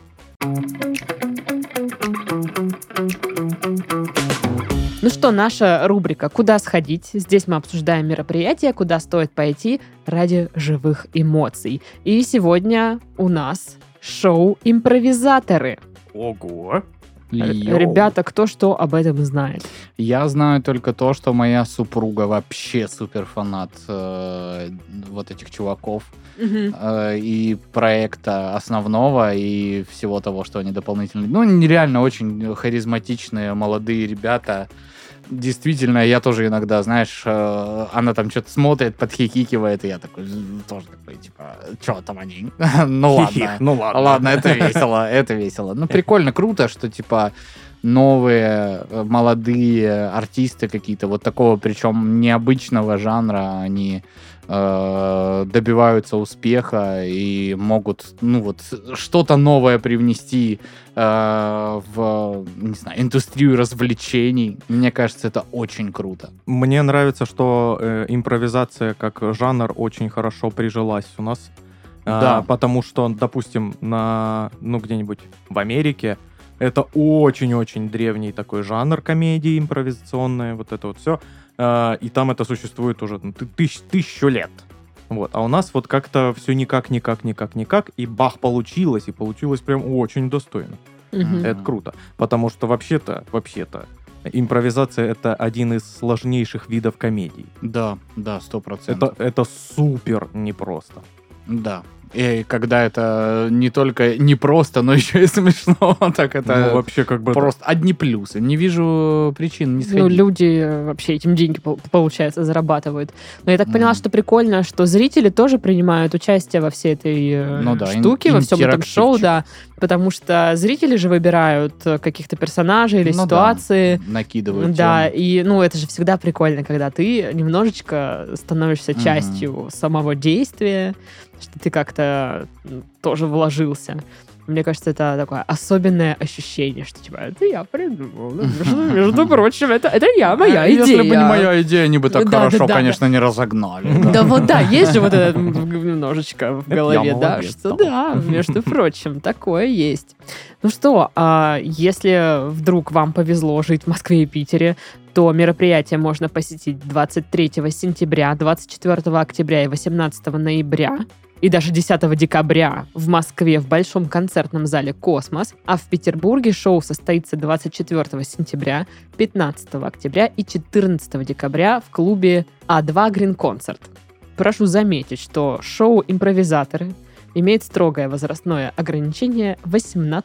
Ну что, наша рубрика «Куда сходить?». Здесь мы обсуждаем мероприятия, куда стоит пойти ради живых эмоций. И сегодня у нас шоу «Импровизаторы». Ого. Р- Ребята, кто что об этом знает? Я знаю только то, что моя супруга вообще суперфанат э, вот этих чуваков. э, и проекта основного, и всего того, что они дополнительно... Ну, они реально очень харизматичные, молодые ребята. Действительно, я тоже иногда, знаешь, э, она там что-то смотрит, подхихикивает, и я такой, «З- тоже такой, типа, что там они? Ну ладно. Ну ладно. Ладно, это весело, это весело. Ну, прикольно, круто, что, типа, новые э, молодые артисты какие-то вот такого, причем необычного жанра, они э, добиваются успеха и могут, ну, вот, с- что-то новое привнести э, в, не знаю, индустрию развлечений. Мне кажется, это очень круто. Мне нравится, что э, импровизация как жанр очень хорошо прижилась у нас. А, Да. потому что, допустим, на, ну, где-нибудь в Америке это очень-очень древний такой жанр комедии импровизационная, вот это вот все. и там это существует уже ну, ты- тысяч- тысячу лет. Вот. А у нас вот как-то все никак, никак, никак, никак, и бах, получилось, и получилось прям очень достойно. Мгм. Это круто. Потому что вообще-то, вообще-то, импровизация это один из сложнейших видов комедий. Да, да, сто процентов. Это, это супер непросто. Да. И когда это не только не просто, но еще и смешно, так Ну, это вообще как бы... просто одни плюсы. Не вижу причин не Ну, сходить. люди э, вообще этим деньги, пол- получается, зарабатывают. Но я так поняла, Мгм. что прикольно, что зрители тоже принимают участие во всей этой э, Ну да, ин- штуке, во всем этом интерактивчик. шоу, да. Потому что зрители же выбирают э, каких-то персонажей или Ну да. ситуации. накидывают. Да, тему. и ну это же всегда прикольно, когда ты немножечко становишься Мгм. частью самого действия, что ты как-то м, тоже вложился. Мне кажется, это такое особенное ощущение, что типа это я придумал. Ну, Между, между прочим, это, это я, а моя идея. А Если бы не моя идея, они бы так Да, да, хорошо, да, конечно, не разогнали. Да вот да, есть же вот это немножечко в я голове, да, молодец что там. да, между прочим, такое есть. Ну что, а если вдруг вам повезло жить в Москве и Питере, то мероприятие можно посетить 23 сентября, 24 октября и 18 ноября. И даже 10 декабря в Москве в Большом концертном зале «Космос», а в Петербурге шоу состоится 24 сентября, 15 октября и 14 декабря в клубе А2 Грин Концерт. Прошу заметить, что шоу «Импровизаторы» имеет строгое возрастное ограничение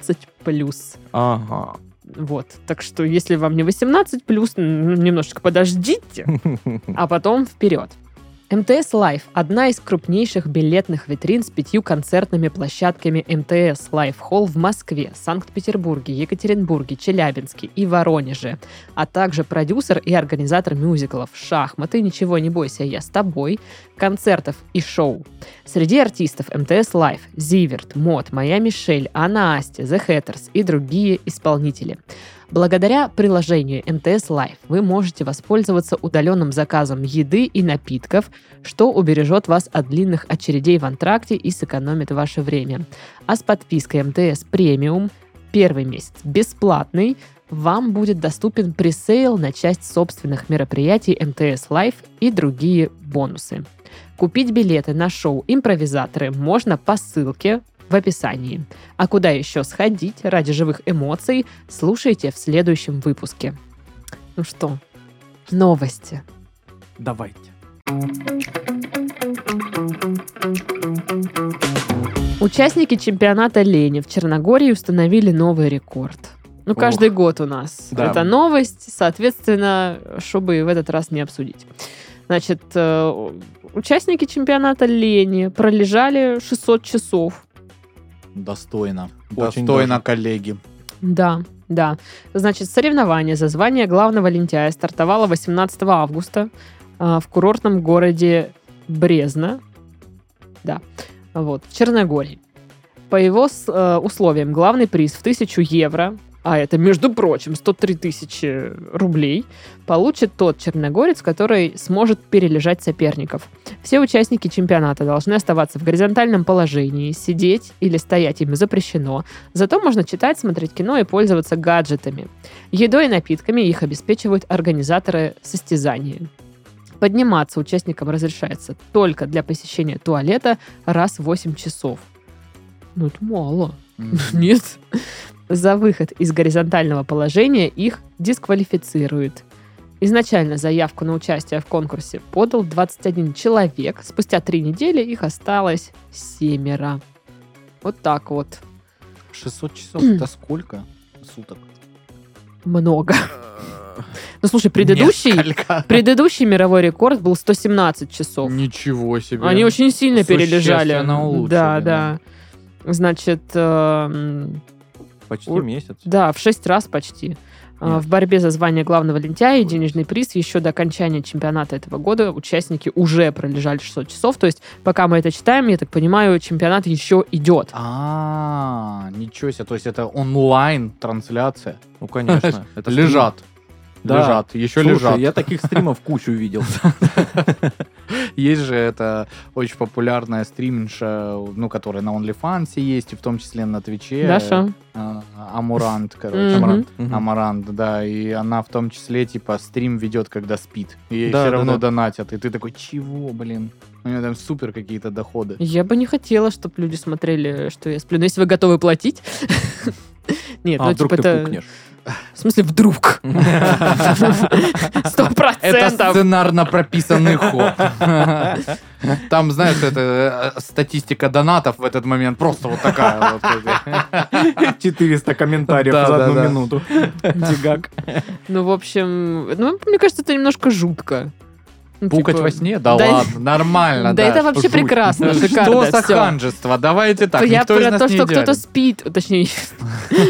18+. Ага. Вот, так что если вам не 18+, м, немножечко подождите, а потом вперед. МТС Лайф – одна из крупнейших билетных витрин с пятью концертными площадками МТС Лайф Холл в Москве, Санкт-Петербурге, Екатеринбурге, Челябинске и Воронеже, а также продюсер и организатор мюзиклов «Шахматы», «Ничего не бойся, я с тобой», концертов и шоу. Среди артистов МТС Лайф – Зиверт, Мод, Моя Мишель, Анна Асти, The Hatters и другие исполнители. Благодаря приложению МТС Лайф вы можете воспользоваться удаленным заказом еды и напитков, что убережет вас от длинных очередей в антракте и сэкономит ваше время. А с подпиской МТС Премиум первый месяц бесплатный, вам будет доступен пресейл на часть собственных мероприятий МТС Лайф и другие бонусы. Купить билеты на шоу «Импровизаторы» можно по ссылке в описании. А куда еще сходить ради живых эмоций, слушайте в следующем выпуске. Ну что, новости. Давайте. Участники чемпионата Лени в Черногории установили новый рекорд. Ну, Ох. каждый год у нас. Да. Это новость, соответственно, чтобы в этот раз не обсудить. Значит, э, участники чемпионата Лени пролежали 600 часов Достойно. Очень Достойно, даже. коллеги. Да, да. Значит, соревнование за звание главного лентяя стартовало 18 августа а, в курортном городе Брезна. Да, вот, в Черногории. По его с- э, условиям главный приз в 1000 евро, а это, между прочим, 103 тысячи рублей, получит тот черногорец, который сможет перележать соперников. Все участники чемпионата должны оставаться в горизонтальном положении, сидеть или стоять им запрещено, Зато можно читать, смотреть кино и пользоваться гаджетами. Едой и напитками их обеспечивают организаторы состязаний. Подниматься участникам разрешается только для посещения туалета раз в 8 часов. Ну, это мало. Нет. За выход из горизонтального положения их дисквалифицируют. Изначально заявку на участие в конкурсе подал 21 человек. Спустя три недели их осталось семеро. Вот так вот. 600 часов это сколько суток? Много. Ну, слушай, предыдущий, Несколько. предыдущий мировой рекорд был 117 часов. Ничего себе. Они очень сильно перележали. существенно улучшили, Да, да. да. Значит, эм, Почти Вот. месяц. да, в шесть раз почти. А, Нет. В борьбе за звание главного лентяя и Ужас. денежный приз еще до окончания чемпионата этого года участники уже пролежали 600 часов. То есть, пока мы это читаем, я так понимаю, чемпионат еще идет. А, ничего себе. То есть это онлайн-трансляция. Ну, конечно. Это стрим. Лежат. Да. Лежат. Еще Слушай, лежат. я таких стримов кучу видел. Есть же это очень популярная стриминша, ну, которая на OnlyFans есть, и в том числе на Твиче. Даша? А, Амурант, Мгм. короче. Амурант. Мгм. А, Амарант, да, и она в том числе, типа, стрим ведет, когда спит. И ей Да, все да, равно да. донатят. И ты такой, чего, блин? У нее там супер какие-то доходы. Я бы не хотела, чтобы люди смотрели, что я сплю. Но если вы готовы платить... Нет, А ну вдруг типа ты это... пукнешь? В смысле, вдруг? Сто Это процентов. сценарно прописанный ход. Там, знаешь, это э, статистика донатов в этот момент просто вот такая. вот. 400 комментариев Да, за да, одну да. минуту. Дигак. Ну, в общем, ну, мне кажется, это немножко жутко. Ну, Пукать типа, во сне? Да да- ладно, нормально. Да это вообще жуть. прекрасно, Что шикарно, за всё. ханжество? Давайте так, Я никто из про нас то, не что кто-то идеален. спит, точнее,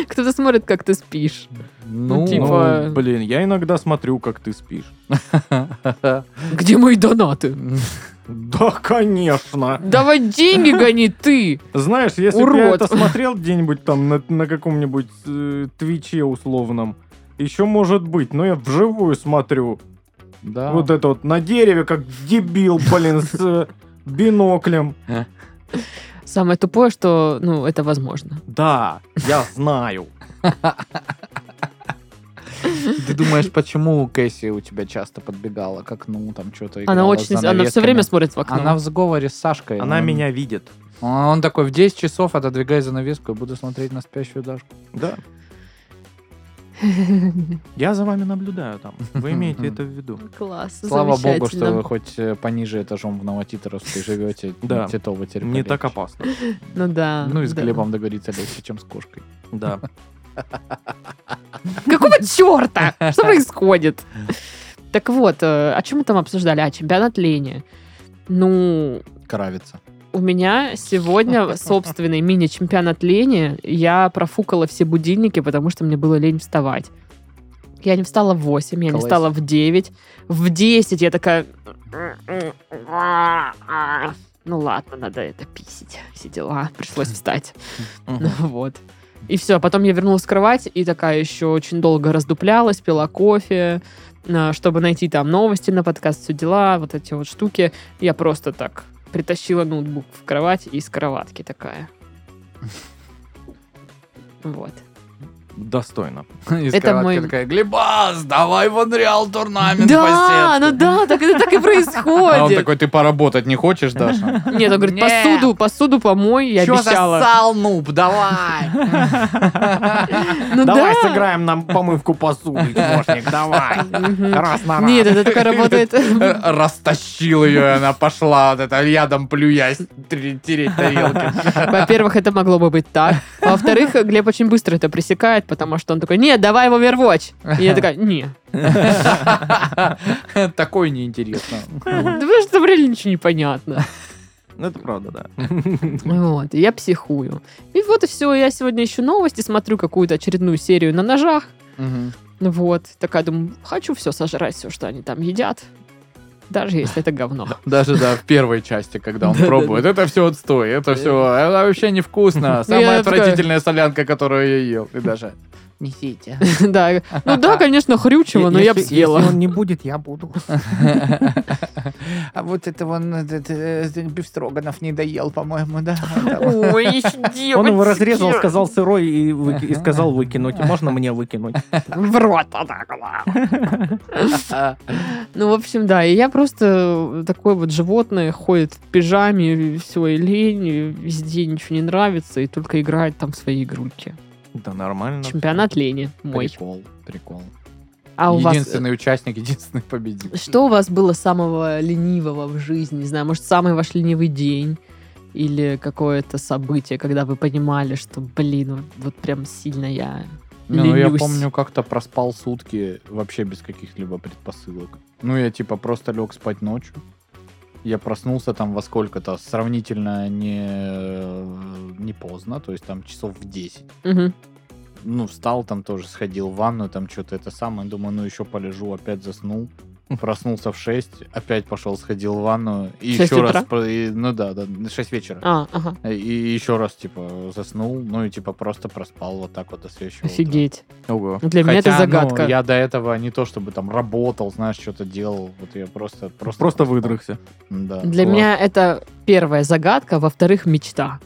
кто-то смотрит, как ты спишь. Ну, типа- Ну, блин, я иногда смотрю, как ты спишь. Где мои донаты? Да, конечно. Давай деньги гони ты! Знаешь, если бы я Урод. это смотрел где-нибудь там на, на каком-нибудь э, твиче условном, еще может быть, но я вживую смотрю. Ну, да. Вот это вот на дереве, как дебил, блин, с э, биноклем. Самое тупое, что, ну, это возможно. Да, я знаю. Ты думаешь, почему Кэсси у тебя часто подбегала к окну, там что-то Она очень... Она все время смотрит в окно. Она в сговоре с Сашкой. Она Он- меня видит. А Он такой, в 10 часов отодвигай занавеску, я буду смотреть на спящую Дашку. Да. Я за вами наблюдаю там. Вы имеете это в виду. Класс, Слава богу, замечательно. что вы хоть э, пониже этажом в Новотитеровске живете. Да. Титова терпели. Не так опасно. Ну да. Ну и с да. Глебом договориться легче, чем с кошкой. Да. Какого черта? Что происходит? Так вот, э, о чем мы там обсуждали? А, чемпионат Лени. Ну, Кравится. у меня сегодня собственный мини-чемпионат лени. Я профукала все будильники, потому что мне было лень вставать. Я не встала в 8, я не Класс. встала в 9. В 10 я такая... Ну ладно, надо это писить. Все дела. Пришлось встать. Ну, Вот. И все, потом я вернулась в кровать и такая еще очень долго раздуплялась, пила кофе, а, чтобы найти там новости на подкаст, все дела, вот эти вот штуки. Я просто так притащила ноутбук в кровать и из кроватки такая. Вот. Достойно. Из Это кроватки мой- такая, Глебас, давай вон реал турнамент Да, постель». ну да, так это так и А он происходит. такой, ты поработать не хочешь, Даша? Нет, он говорит, Не. посуду, посуду помой, я Чё обещала. засал, нуб, давай! Ну да. сыграем нам помывку посуды, помощник, давай. Мгм. Раз на Нет, это такая работает. Растащил ее, и она пошла вот это рядом плюясь, тер- тереть тарелки. Во-первых, это могло бы быть так. Во-вторых, Глеб очень быстро это пресекает, потому что он такой, нет, давай в Overwatch. И я такая, не. Такое неинтересно. Да потому что в реале ничего не понятно. Ну, это правда, да. Вот, и я психую. И вот и все, я сегодня еще новости, смотрю какую-то очередную серию на ножах. Мгм. Вот, такая думаю, хочу все сожрать, все, что они там едят. Даже если это говно. Даже, да, в первой части, когда он пробует. Это все отстой, это все вообще невкусно. Самая Э. Я такая- отвратительная солянка, которую я ел. И даже... Несите. Да, ну да, конечно, хрючево, но я бы Если- съела. Если он не будет, я буду. А вот это вон э, Бифстроганов не доел, по-моему, да? Ой, Он девочки. его разрезал, сказал сырой и, выки- и сказал выкинуть. Можно мне выкинуть? В рот. вот так вот. Ну, в общем, да, и я просто такое вот животное, ходит в пижаме, и все, и лень, и везде ничего не нравится, и только играет там в свои игрульки. Да нормально. Ну, Чемпионат лени мой. Прикол, прикол. А у вас... э, единственный участник, единственный победитель. Что у вас было самого ленивого в жизни? Не знаю, может, самый ваш ленивый день? Или какое-то событие, когда вы понимали, что, блин, вот- вот прям сильно я... Не, Ну, я Ленюсь. помню, как-то проспал сутки вообще без каких-либо предпосылок. Ну, я типа просто лег спать ночью. Я проснулся там во сколько-то, сравнительно э, не, не поздно, то есть там часов в 10. Мгм. Ну, встал там тоже, сходил в ванную, там что-то это самое. Думаю, ну еще полежу, опять заснул. Проснулся в 6, опять пошел, сходил в ванную. И В шесть еще утра? раз, про- и- ну да, да, 6 вечера. А, ага, И еще раз, типа, заснул, ну и типа просто проспал вот так вот до следующего утра. офигеть. Ого. Для меня это Хотя, ну, загадка. я до этого не то чтобы там работал, знаешь, что-то делал. Вот я просто... Просто, Просто выдрыхся. Да. Для класс. меня это первая загадка, во-вторых, мечта.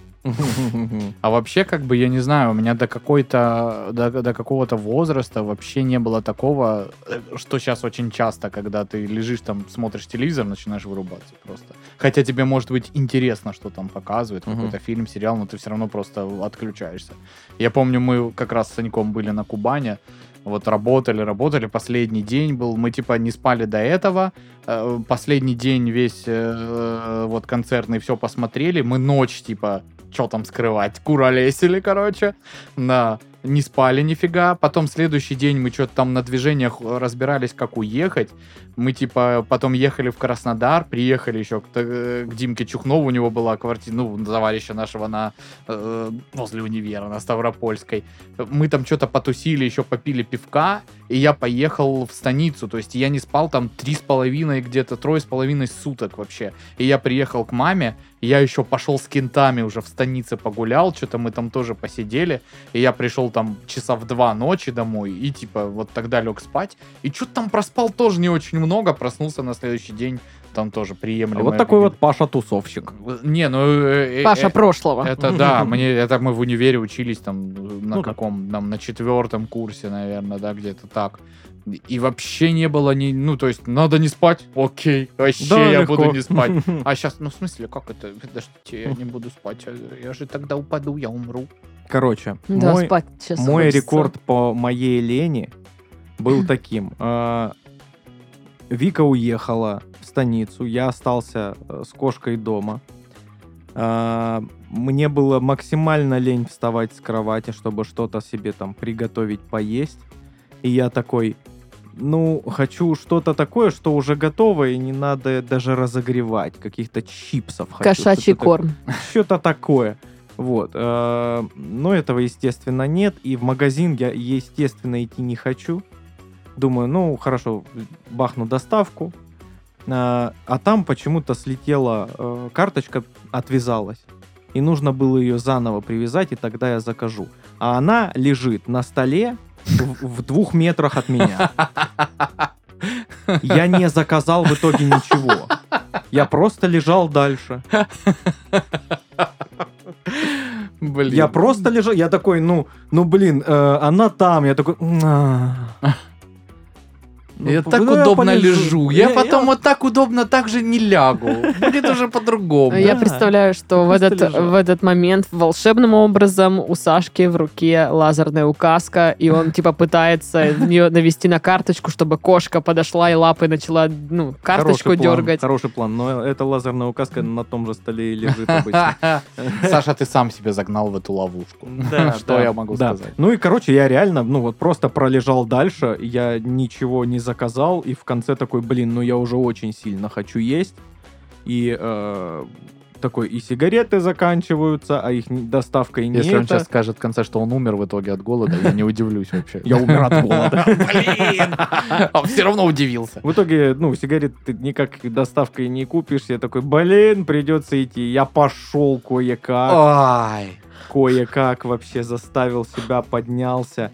А вообще, как бы, я не знаю, у меня до какой-то... До, до какого-то возраста вообще не было такого, э, что сейчас очень часто, когда ты лежишь там, смотришь телевизор, начинаешь вырубаться просто. Хотя тебе, может быть, интересно, что там показывают, Мгм. какой-то фильм, сериал, но ты все равно просто отключаешься. Я помню, мы как раз с Саньком были на Кубани, вот работали, работали, последний день был, мы типа не спали до этого, э, последний день весь э, вот концертный все посмотрели, мы ночь типа, что там скрывать, куролесили, короче, на не спали нифига, потом следующий день мы что-то там на движениях разбирались, как уехать, мы типа потом ехали в Краснодар, приехали еще к, э, к Димке Чухнову, у него была квартира, ну, товарища нашего на э, возле универа, на Ставропольской, мы там что-то потусили, еще попили пивка, и я поехал в станицу. То есть я не спал там три с половиной, где-то трое с половиной суток вообще. И я приехал к маме, и я еще пошел с кентами уже в станице погулял, что-то мы там тоже посидели. И я пришел там часа в два ночи домой, и типа вот тогда лег спать. И что-то там проспал тоже не очень много, проснулся на следующий день, там тоже приемлемо. А Вот такой вот Паша тусовщик. Не, ну... э, э, Паша э, прошлого. это да, мне это мы в универе учились там э, Ну на да. каком, нам на четвертом курсе, наверное, да, где-то так. И вообще не было ни, ну то есть надо не спать, окей, вообще я легко. буду не спать. А сейчас, ну в смысле, как это? Подождите, я не буду спать, я- я же тогда упаду, я умру. Короче, да, мой спать сейчас мой хочется. рекорд по моей лени был таким. А, Вика уехала в станицу, я остался э, с кошкой дома. А, Мне было максимально лень вставать с кровати, чтобы что-то себе там приготовить, поесть. И я такой, ну, хочу что-то такое, что уже готово, и не надо даже разогревать. Каких-то чипсов хочу. Кошачий что-то корм. что-то такое. Вот. э, Но этого, естественно, нет. И в магазин я, естественно, идти не хочу. Думаю, ну, хорошо, бахну доставку. Э, А там почему-то слетела э, карточка, отвязалась. И нужно было ее заново привязать, и тогда я закажу. А она лежит на столе в, в двух метрах от меня. Я не заказал в итоге ничего. Я просто лежал дальше. Блин. Я просто лежал, я такой, ну, ну блин, э, она там, я такой. «М, а». Ну, Я п- так ну, удобно полежу. лежу. Я потом вот так удобно так же не лягу. Будет уже по-другому. Я Да. представляю, что в Просто этот, лежала. в этот момент волшебным образом у Сашки в руке лазерная указка, и он типа пытается в нее навести на карточку, чтобы кошка подошла и лапой начала ну, карточку Хороший план, дергать. Хороший план, но эта лазерная указка на том же столе и лежит обычно. Саша, ты сам себя загнал в эту ловушку. Да, Что да, я могу да. сказать? Ну и, короче, я реально, ну вот просто пролежал дальше, я ничего не заказал, и в конце такой, блин, ну я уже очень сильно хочу есть, и э, такой и сигареты заканчиваются, а их не- доставкой не Если он это. сейчас скажет в конце, что он умер в итоге от голода, я не удивлюсь вообще. Я умер от голода. Блин! Он все равно удивился. В итоге, ну, сигарет ты никак доставкой не купишь. Я такой, блин, придется идти. Я пошел кое-как, Ай. кое-как вообще заставил себя, поднялся,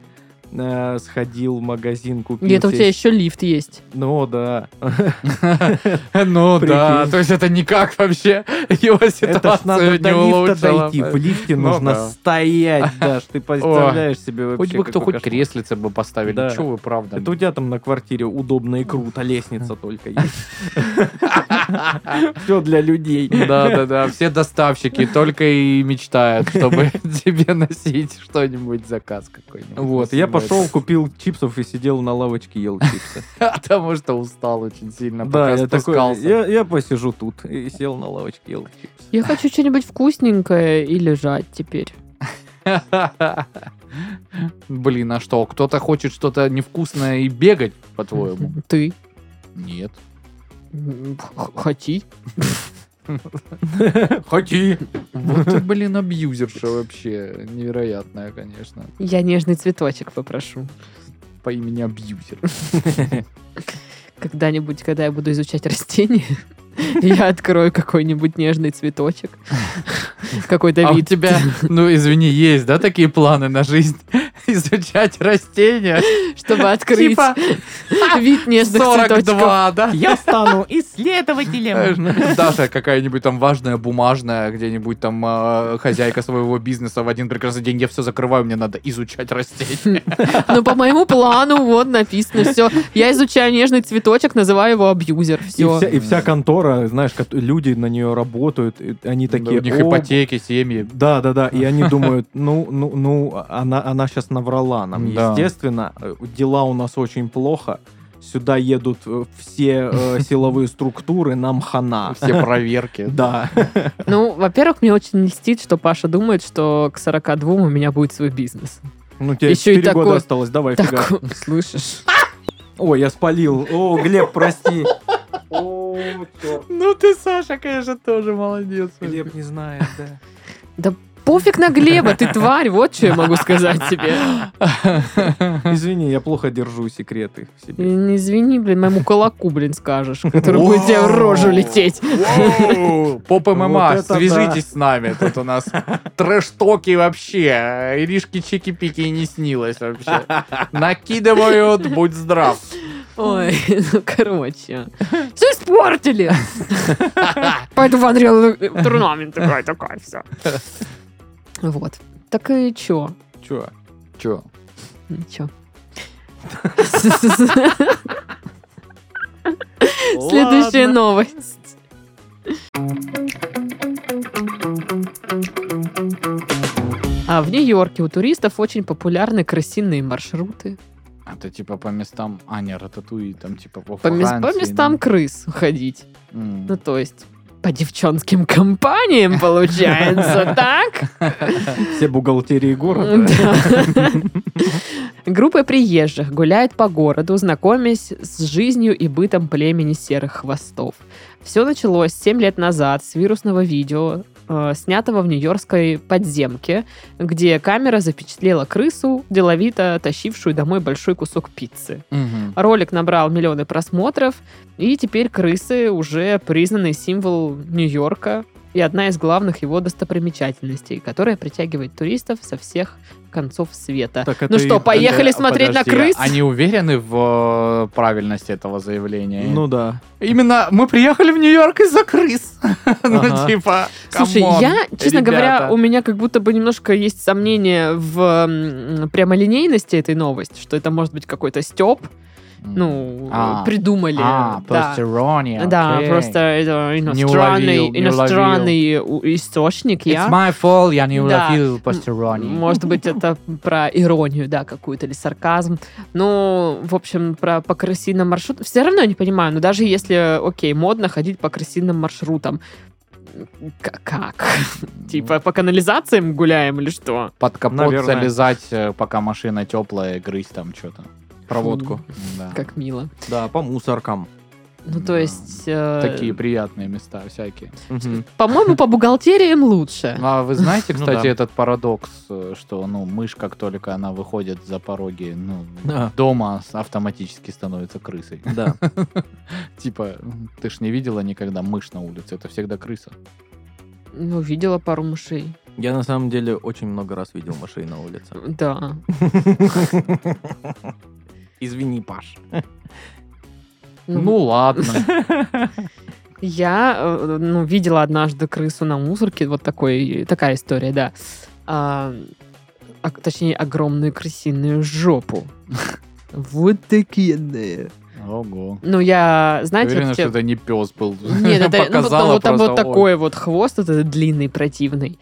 э, сходил в магазин, купил. И это у тебя себе- еще лифт есть. Ну, да. Ну да, Прикинь. то есть это никак вообще его Это ж надо ситуацию не до лифта улучшило. дойти. В лифте Ну нужно да. стоять, Даш. Ты представляешь себе вообще Хоть бы кто какой хоть кошмар. креслице бы поставили. Да. Чего вы правда? Это у тебя там на квартире удобно и круто, лестница только есть. Все для людей. Да, да, да. Все доставщики только и мечтают, чтобы тебе носить что-нибудь, заказ какой-нибудь. Вот, я пошел, купил чипсов и сидел на лавочке, ел чипсы. Потому что устал очень сильно, Да, пока я такой, спускался. я, я посижу тут. И сел на лавочке, ел чипсы. Я хочу что-нибудь вкусненькое и лежать теперь. Блин, а что, кто-то хочет что-то невкусное и бегать, по-твоему? Ты? Нет. М, х- Хоти? Хоти! Вот ты, блин, абьюзерша вообще невероятная, конечно, Я нежный цветочек попрошу. по имени абьюзер. Когда-нибудь, когда я буду изучать растения, я открою какой-нибудь нежный цветочек. Какой-то А у вид. тебя, ну извини, есть, да, такие планы на жизнь? Изучать растения? чтобы открыть Типа вид нежных цветочков. 42, да? Я стану Знаешь, ну, исследователем! Даша какая-нибудь там важная, бумажная, где-нибудь там э, хозяйка своего бизнеса в один прекрасный день, я все закрываю, мне надо изучать растения. Но Ну, по моему плану вот написано все. Я изучаю нежный цветочек, называю его абьюзер. И Все. вся, и вся контора, знаешь, кот- люди на нее работают, и они такие... У них «О, ипотеки, семьи. Да, да, да. И они думают, ну, ну, ну, она, она сейчас наврала нам. Да. Естественно, э, дела у нас очень плохо. Сюда едут э, все э, силовые структуры, нам хана. а, Все проверки. Да. Ну, во-первых, мне очень льстит, что Паша думает, что к 42 у меня будет свой бизнес. Ну, тебе Ещё и 4 года такой- осталось, давай, фига. Так, слышишь? Ой, я спалил. О, Глеб, прости. О, черт. Ну ты, Саша, конечно, тоже молодец. Глеб не знает, да. Пофиг на Глеба, ты тварь, вот что я могу сказать тебе. Извини, я плохо держу секреты в себе. Не Извини, блин, моему кулаку, блин, скажешь, который будет тебе в рожу лететь. Воу! Поп Вот ММА, это свяжитесь с нами. Тут у нас трэш-токи вообще. Иришки чики-пики и не снилось вообще. Накидывают, будь здрав. Ой, ну, короче. Все испортили. Пойду в Unreal Tournament такой, такой, все. Вот. Так и чё? Че? Че? Ничего. Следующая новость. А в Нью-Йорке у туристов очень популярны крысиные маршруты. Это типа по местам, а не рататуи, там типа по По, мес- по Франции, местам крыс ходить. ну. Ну, то есть, по девчонским компаниям, получается, так? Все бухгалтерии города. Да. Группа приезжих гуляет по городу, знакомясь с жизнью и бытом племени серых хвостов. Все началось 7 лет назад с вирусного видео, э, снятого в нью-йоркской подземке, где камера запечатлела крысу, деловито тащившую домой большой кусок пиццы. Мгм. Ролик набрал миллионы просмотров, и теперь крысы уже признанный символ Нью-Йорка и одна из главных его достопримечательностей, которая притягивает туристов со всех концов света. Так ну это что, и- поехали Э, смотреть подожди, на крыс? Они уверены в э, правильности этого заявления? Ну да. Именно мы приехали в Нью-Йорк из-за крыс. Ага. Ну, типа, Слушай, камон, я, честно говоря, ребята. у меня как будто бы немножко есть сомнение в м, прямолинейности этой новости, что это может быть какой-то степ, ну, А. придумали. А, да. просто ирония. Да, окей. просто это Не уловил, иностранный, не иностранный у- источник. It's Я my fault, я не Да. уловил постероний. Может быть, это про иронию, да, какую-то, или сарказм. Ну, в общем, про по крысиным маршрутам. Все равно я не понимаю, но даже если, окей, модно ходить по крысиным маршрутам, к- как? Типа по канализациям гуляем или что? Под капот Наверное. залезать, э, пока машина теплая, грызть там что-то. Проводку. Да. Как мило. Да, по мусоркам. Ну, то Да. есть... э, Такие приятные места всякие. Мгм. По-моему, по бухгалтериям лучше. А вы знаете, Ну кстати, да. этот парадокс, э, что ну мышь, как только она выходит за пороги ну, Да. дома, с- автоматически становится крысой. Да. Типа, м, ты ж не видела никогда мышь на улице, это всегда крыса. Ну, видела пару мышей. Я на самом деле очень много раз видел машины на улице. Да. Извини, Паш. Ну ладно. Я, э, ну, видела однажды крысу на мусорке, вот такой, такая история, да. А, а, точнее, огромную крысиную жопу. Вот такие. Ого. Ну, я, Ты знаете, Уверена, вот те- что это не пес был. нет, это ну, Показала вот там просто, вот «Ой, такой вот хвост, вот этот длинный, противный.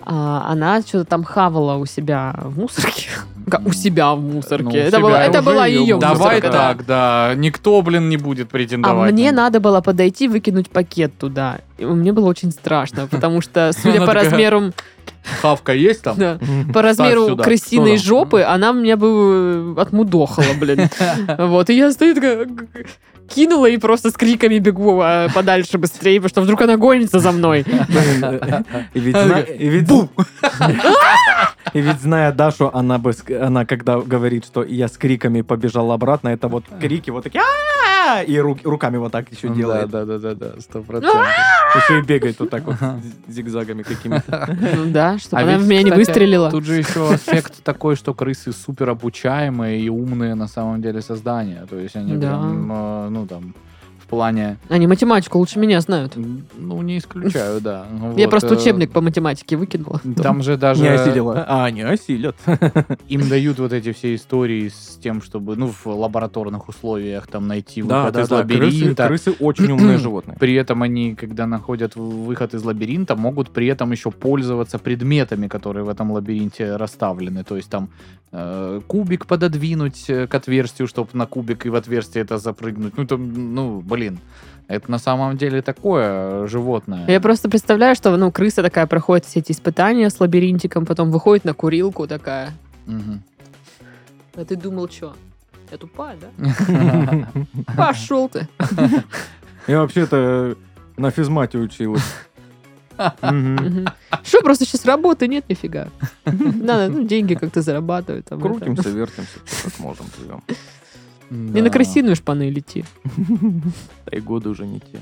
А, она что-то там хавала у себя в мусорке. Как У себя в мусорке. Ну, у это себя была, и это у была её ее мусорка, Давай мусорка. да. так, да. Никто, блин, не будет А претендовать. мне на- надо было подойти и выкинуть пакет туда. И мне было очень страшно, потому что, судя Она по такая, размерам, Хавка есть там? да, по размеру сюда. крысиной Что там? жопы, она меня бы э, отмудохала, блин. Вот, и я стою такая, г- г- кинула и просто с криками бегу э, подальше быстрее, потому что вдруг она гонится за мной. И ведь, зна- и ведь- И ведь зная Дашу, она бы, ск- она когда говорит, что я с криками побежал обратно, это вот крики вот такие «А-а-а!» и рук- руками вот так еще делает. Да, да, да, да, Ну, сто процентов. Еще и бегает вот так вот з- зигзагами какими-то. Ну да, чтобы А она ведь, в меня не кстати, выстрелила. Тут же еще эффект такой, что крысы супер обучаемые и умные на самом деле создания. То есть они Да. прям, э, ну там, в плане, Они математику лучше меня знают. ну не исключаю, да. Ну, Я вот, просто э, учебник по математике выкинула. Там же даже... Не осилила. А, не осилят. им дают вот эти все истории с тем, чтобы, ну, в лабораторных условиях там найти выход из Крысы, лабиринта. крысы очень умные животные. При этом они, когда находят в- выход из лабиринта, могут при этом еще пользоваться предметами, которые в этом лабиринте расставлены. То есть там э, кубик пододвинуть э, к отверстию, чтобы на кубик и в отверстие это запрыгнуть. Ну, там, ну, блин, это на самом деле такое э, животное. Я просто представляю, что ну, крыса такая проходит все эти испытания с лабиринтиком, потом выходит на курилку такая. Мгм. А ты думал, что? Я тупая, да? Пошел ты. Я вообще-то на физмате училась. Мгм. Мгм. Что, просто сейчас работы нет нифига. Надо ну, деньги как-то зарабатывать. там, это. Крутимся, вертимся, что как можем, живем. Не на Да. крысиную ж панель лети. Да и годы уже не те.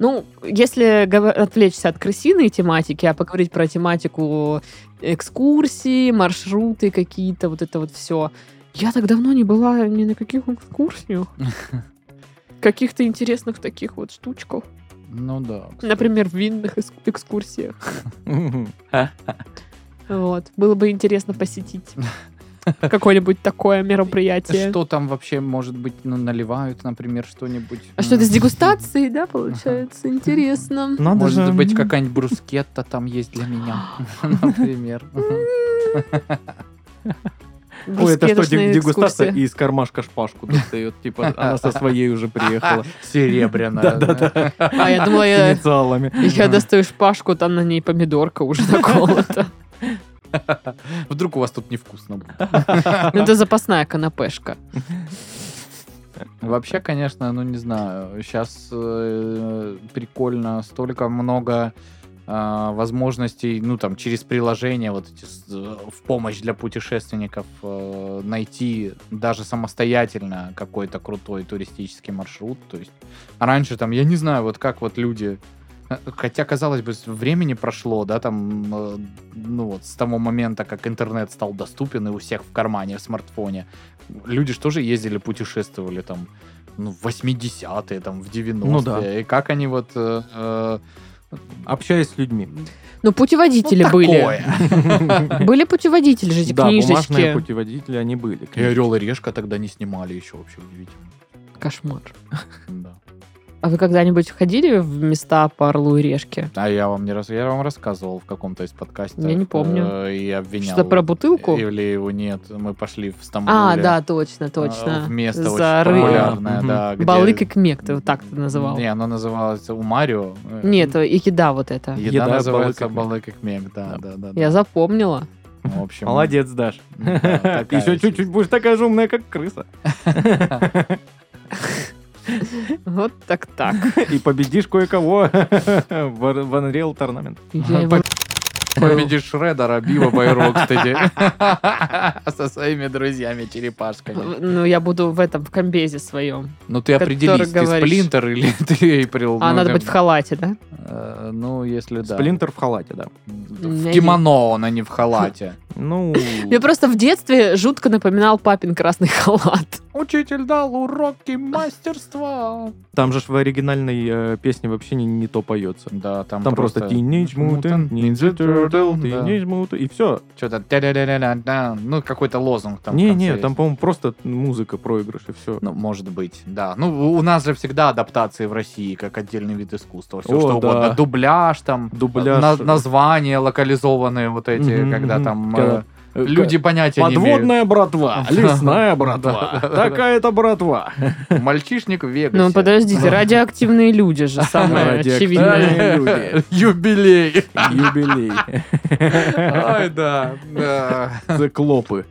Ну, если гов- отвлечься от крысиной тематики, а поговорить про тематику экскурсии, маршруты какие-то, вот это вот все. Я так давно не была ни на каких экскурсиях. Каких-то интересных таких вот штучках. Ну да. Например, в винных эс- экскурсиях. Вот. Было бы интересно посетить какое-нибудь такое мероприятие. Что там вообще, может быть, ну, наливают, например, что-нибудь? А что это с М. дегустацией, да, получается? Интересно. Может быть, какая-нибудь брускетта там есть для меня, например. Ой, это что, Брускеточная де- дегустация экскурсия. и из кармашка шпажку достает. Типа, она со своей уже приехала. Серебряная. Да-да-да. А, я думала, С я, инициалами. я достаю шпажку, там на ней помидорка уже наколота. Вдруг у вас тут невкусно будет. Ну, это запасная канапешка. Вообще, конечно, ну не знаю. Сейчас прикольно, столько много э, возможностей, ну там через приложение вот эти с- э, в помощь для путешественников э, найти даже самостоятельно какой-то крутой туристический маршрут. То есть а раньше там я не знаю вот как вот люди э, Хотя, казалось бы, с- времени прошло, да, там, э, ну вот, с того момента, как интернет стал доступен и у всех в кармане, в смартфоне, люди же тоже ездили, путешествовали там, ну, в 80-е, там, в 90-е. Ну да. И как они вот э, э, Общаясь с людьми. Ну, путеводители были. такое. Были путеводители же, эти да, бумажные книжечки. путеводители, они были. И Орел и Решка тогда не снимали еще вообще удивительно. Кошмар. Да. А вы когда-нибудь ходили в места по Орлу и Решке? А я вам не раз, я вам рассказывал в каком-то из подкастов. Я не помню. э, И обвинял. Э, Что-то про бутылку? Или его нет. Мы пошли в Стамбул. А, да, точно, точно. В место За очень рыб. популярное, Мгм. да. где- Балык и кмек, ты вот так ты называл. Не, оно называлось у Марио. э, Нет, и еда вот это. Еда, Еда, называется балык балык и кмек, да, да, да. да. Я запомнила. В общем, Молодец, Даш. Да, такая Еще вот чуть-чуть будешь такая же умная, как крыса. Вот так так. И победишь кое-кого в Ар- в Unreal Tournament. Я его- Победишь Шредера, Бива Байрок, кстати. Со своими друзьями черепашками. Ну, я буду в этом, в комбезе своем. Ну ты Который определись, ты говоришь. сплинтер или ты Эйприл. А ну, надо ты- быть в халате, да? Э, Ну, если да. Сплинтер в халате, да. В кимоно он, а не в халате. Ну, Мне просто в детстве жутко напоминал папин красный халат. Учитель дал уроки мастерства. там же ж в оригинальной э, песне вообще не, не то поется. Да, там, Там просто Teenage Mutant Ninja Turtle, Teenage Mutant, и все. Что-то ну какой-то лозунг там. в Не, конце не, есть. там, по-моему, просто музыка, проигрыш, и все. Ну, может быть, да. Ну, у нас же всегда адаптации в России как отдельный вид искусства. Все О, что да. угодно. Дубляж там, Дубляж. на- названия локализованные вот эти, Мгм, когда мгм. там Когда- э, люди понятия не имеют. Подводная братва, лесная братва, Да, да, да. такая-то братва. Мальчишник в Вегасе. Ну, подождите, радиоактивные люди же самое Радиоактивные. очевидное. люди. Юбилей. Юбилей. Ай, да. да. Циклопы.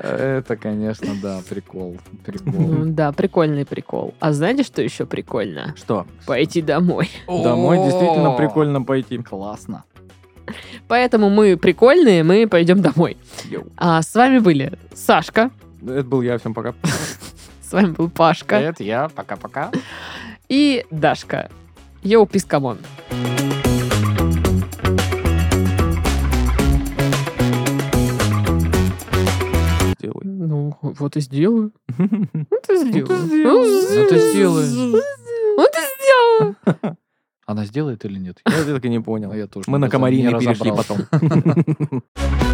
Это, конечно, да, прикол. Прикол. Ну, Да, прикольный прикол. А знаете, что еще прикольно? Что? Пойти домой. Домой О, действительно прикольно пойти. Классно. Поэтому мы прикольные, мы пойдем домой. Йоу. А с вами были Сашка, Это был я, всем пока. с вами был Пашка Привет, я. Пока-пока. и Дашка. Йоу, пискамон. Делай. Ну, вот и сделаю. Вот и сделаю. Ну, ты сделай. Вот и сделаю. Она сделает или нет? Я так и не понял. Я тоже. Мы на не комарине перешли разобрался. потом.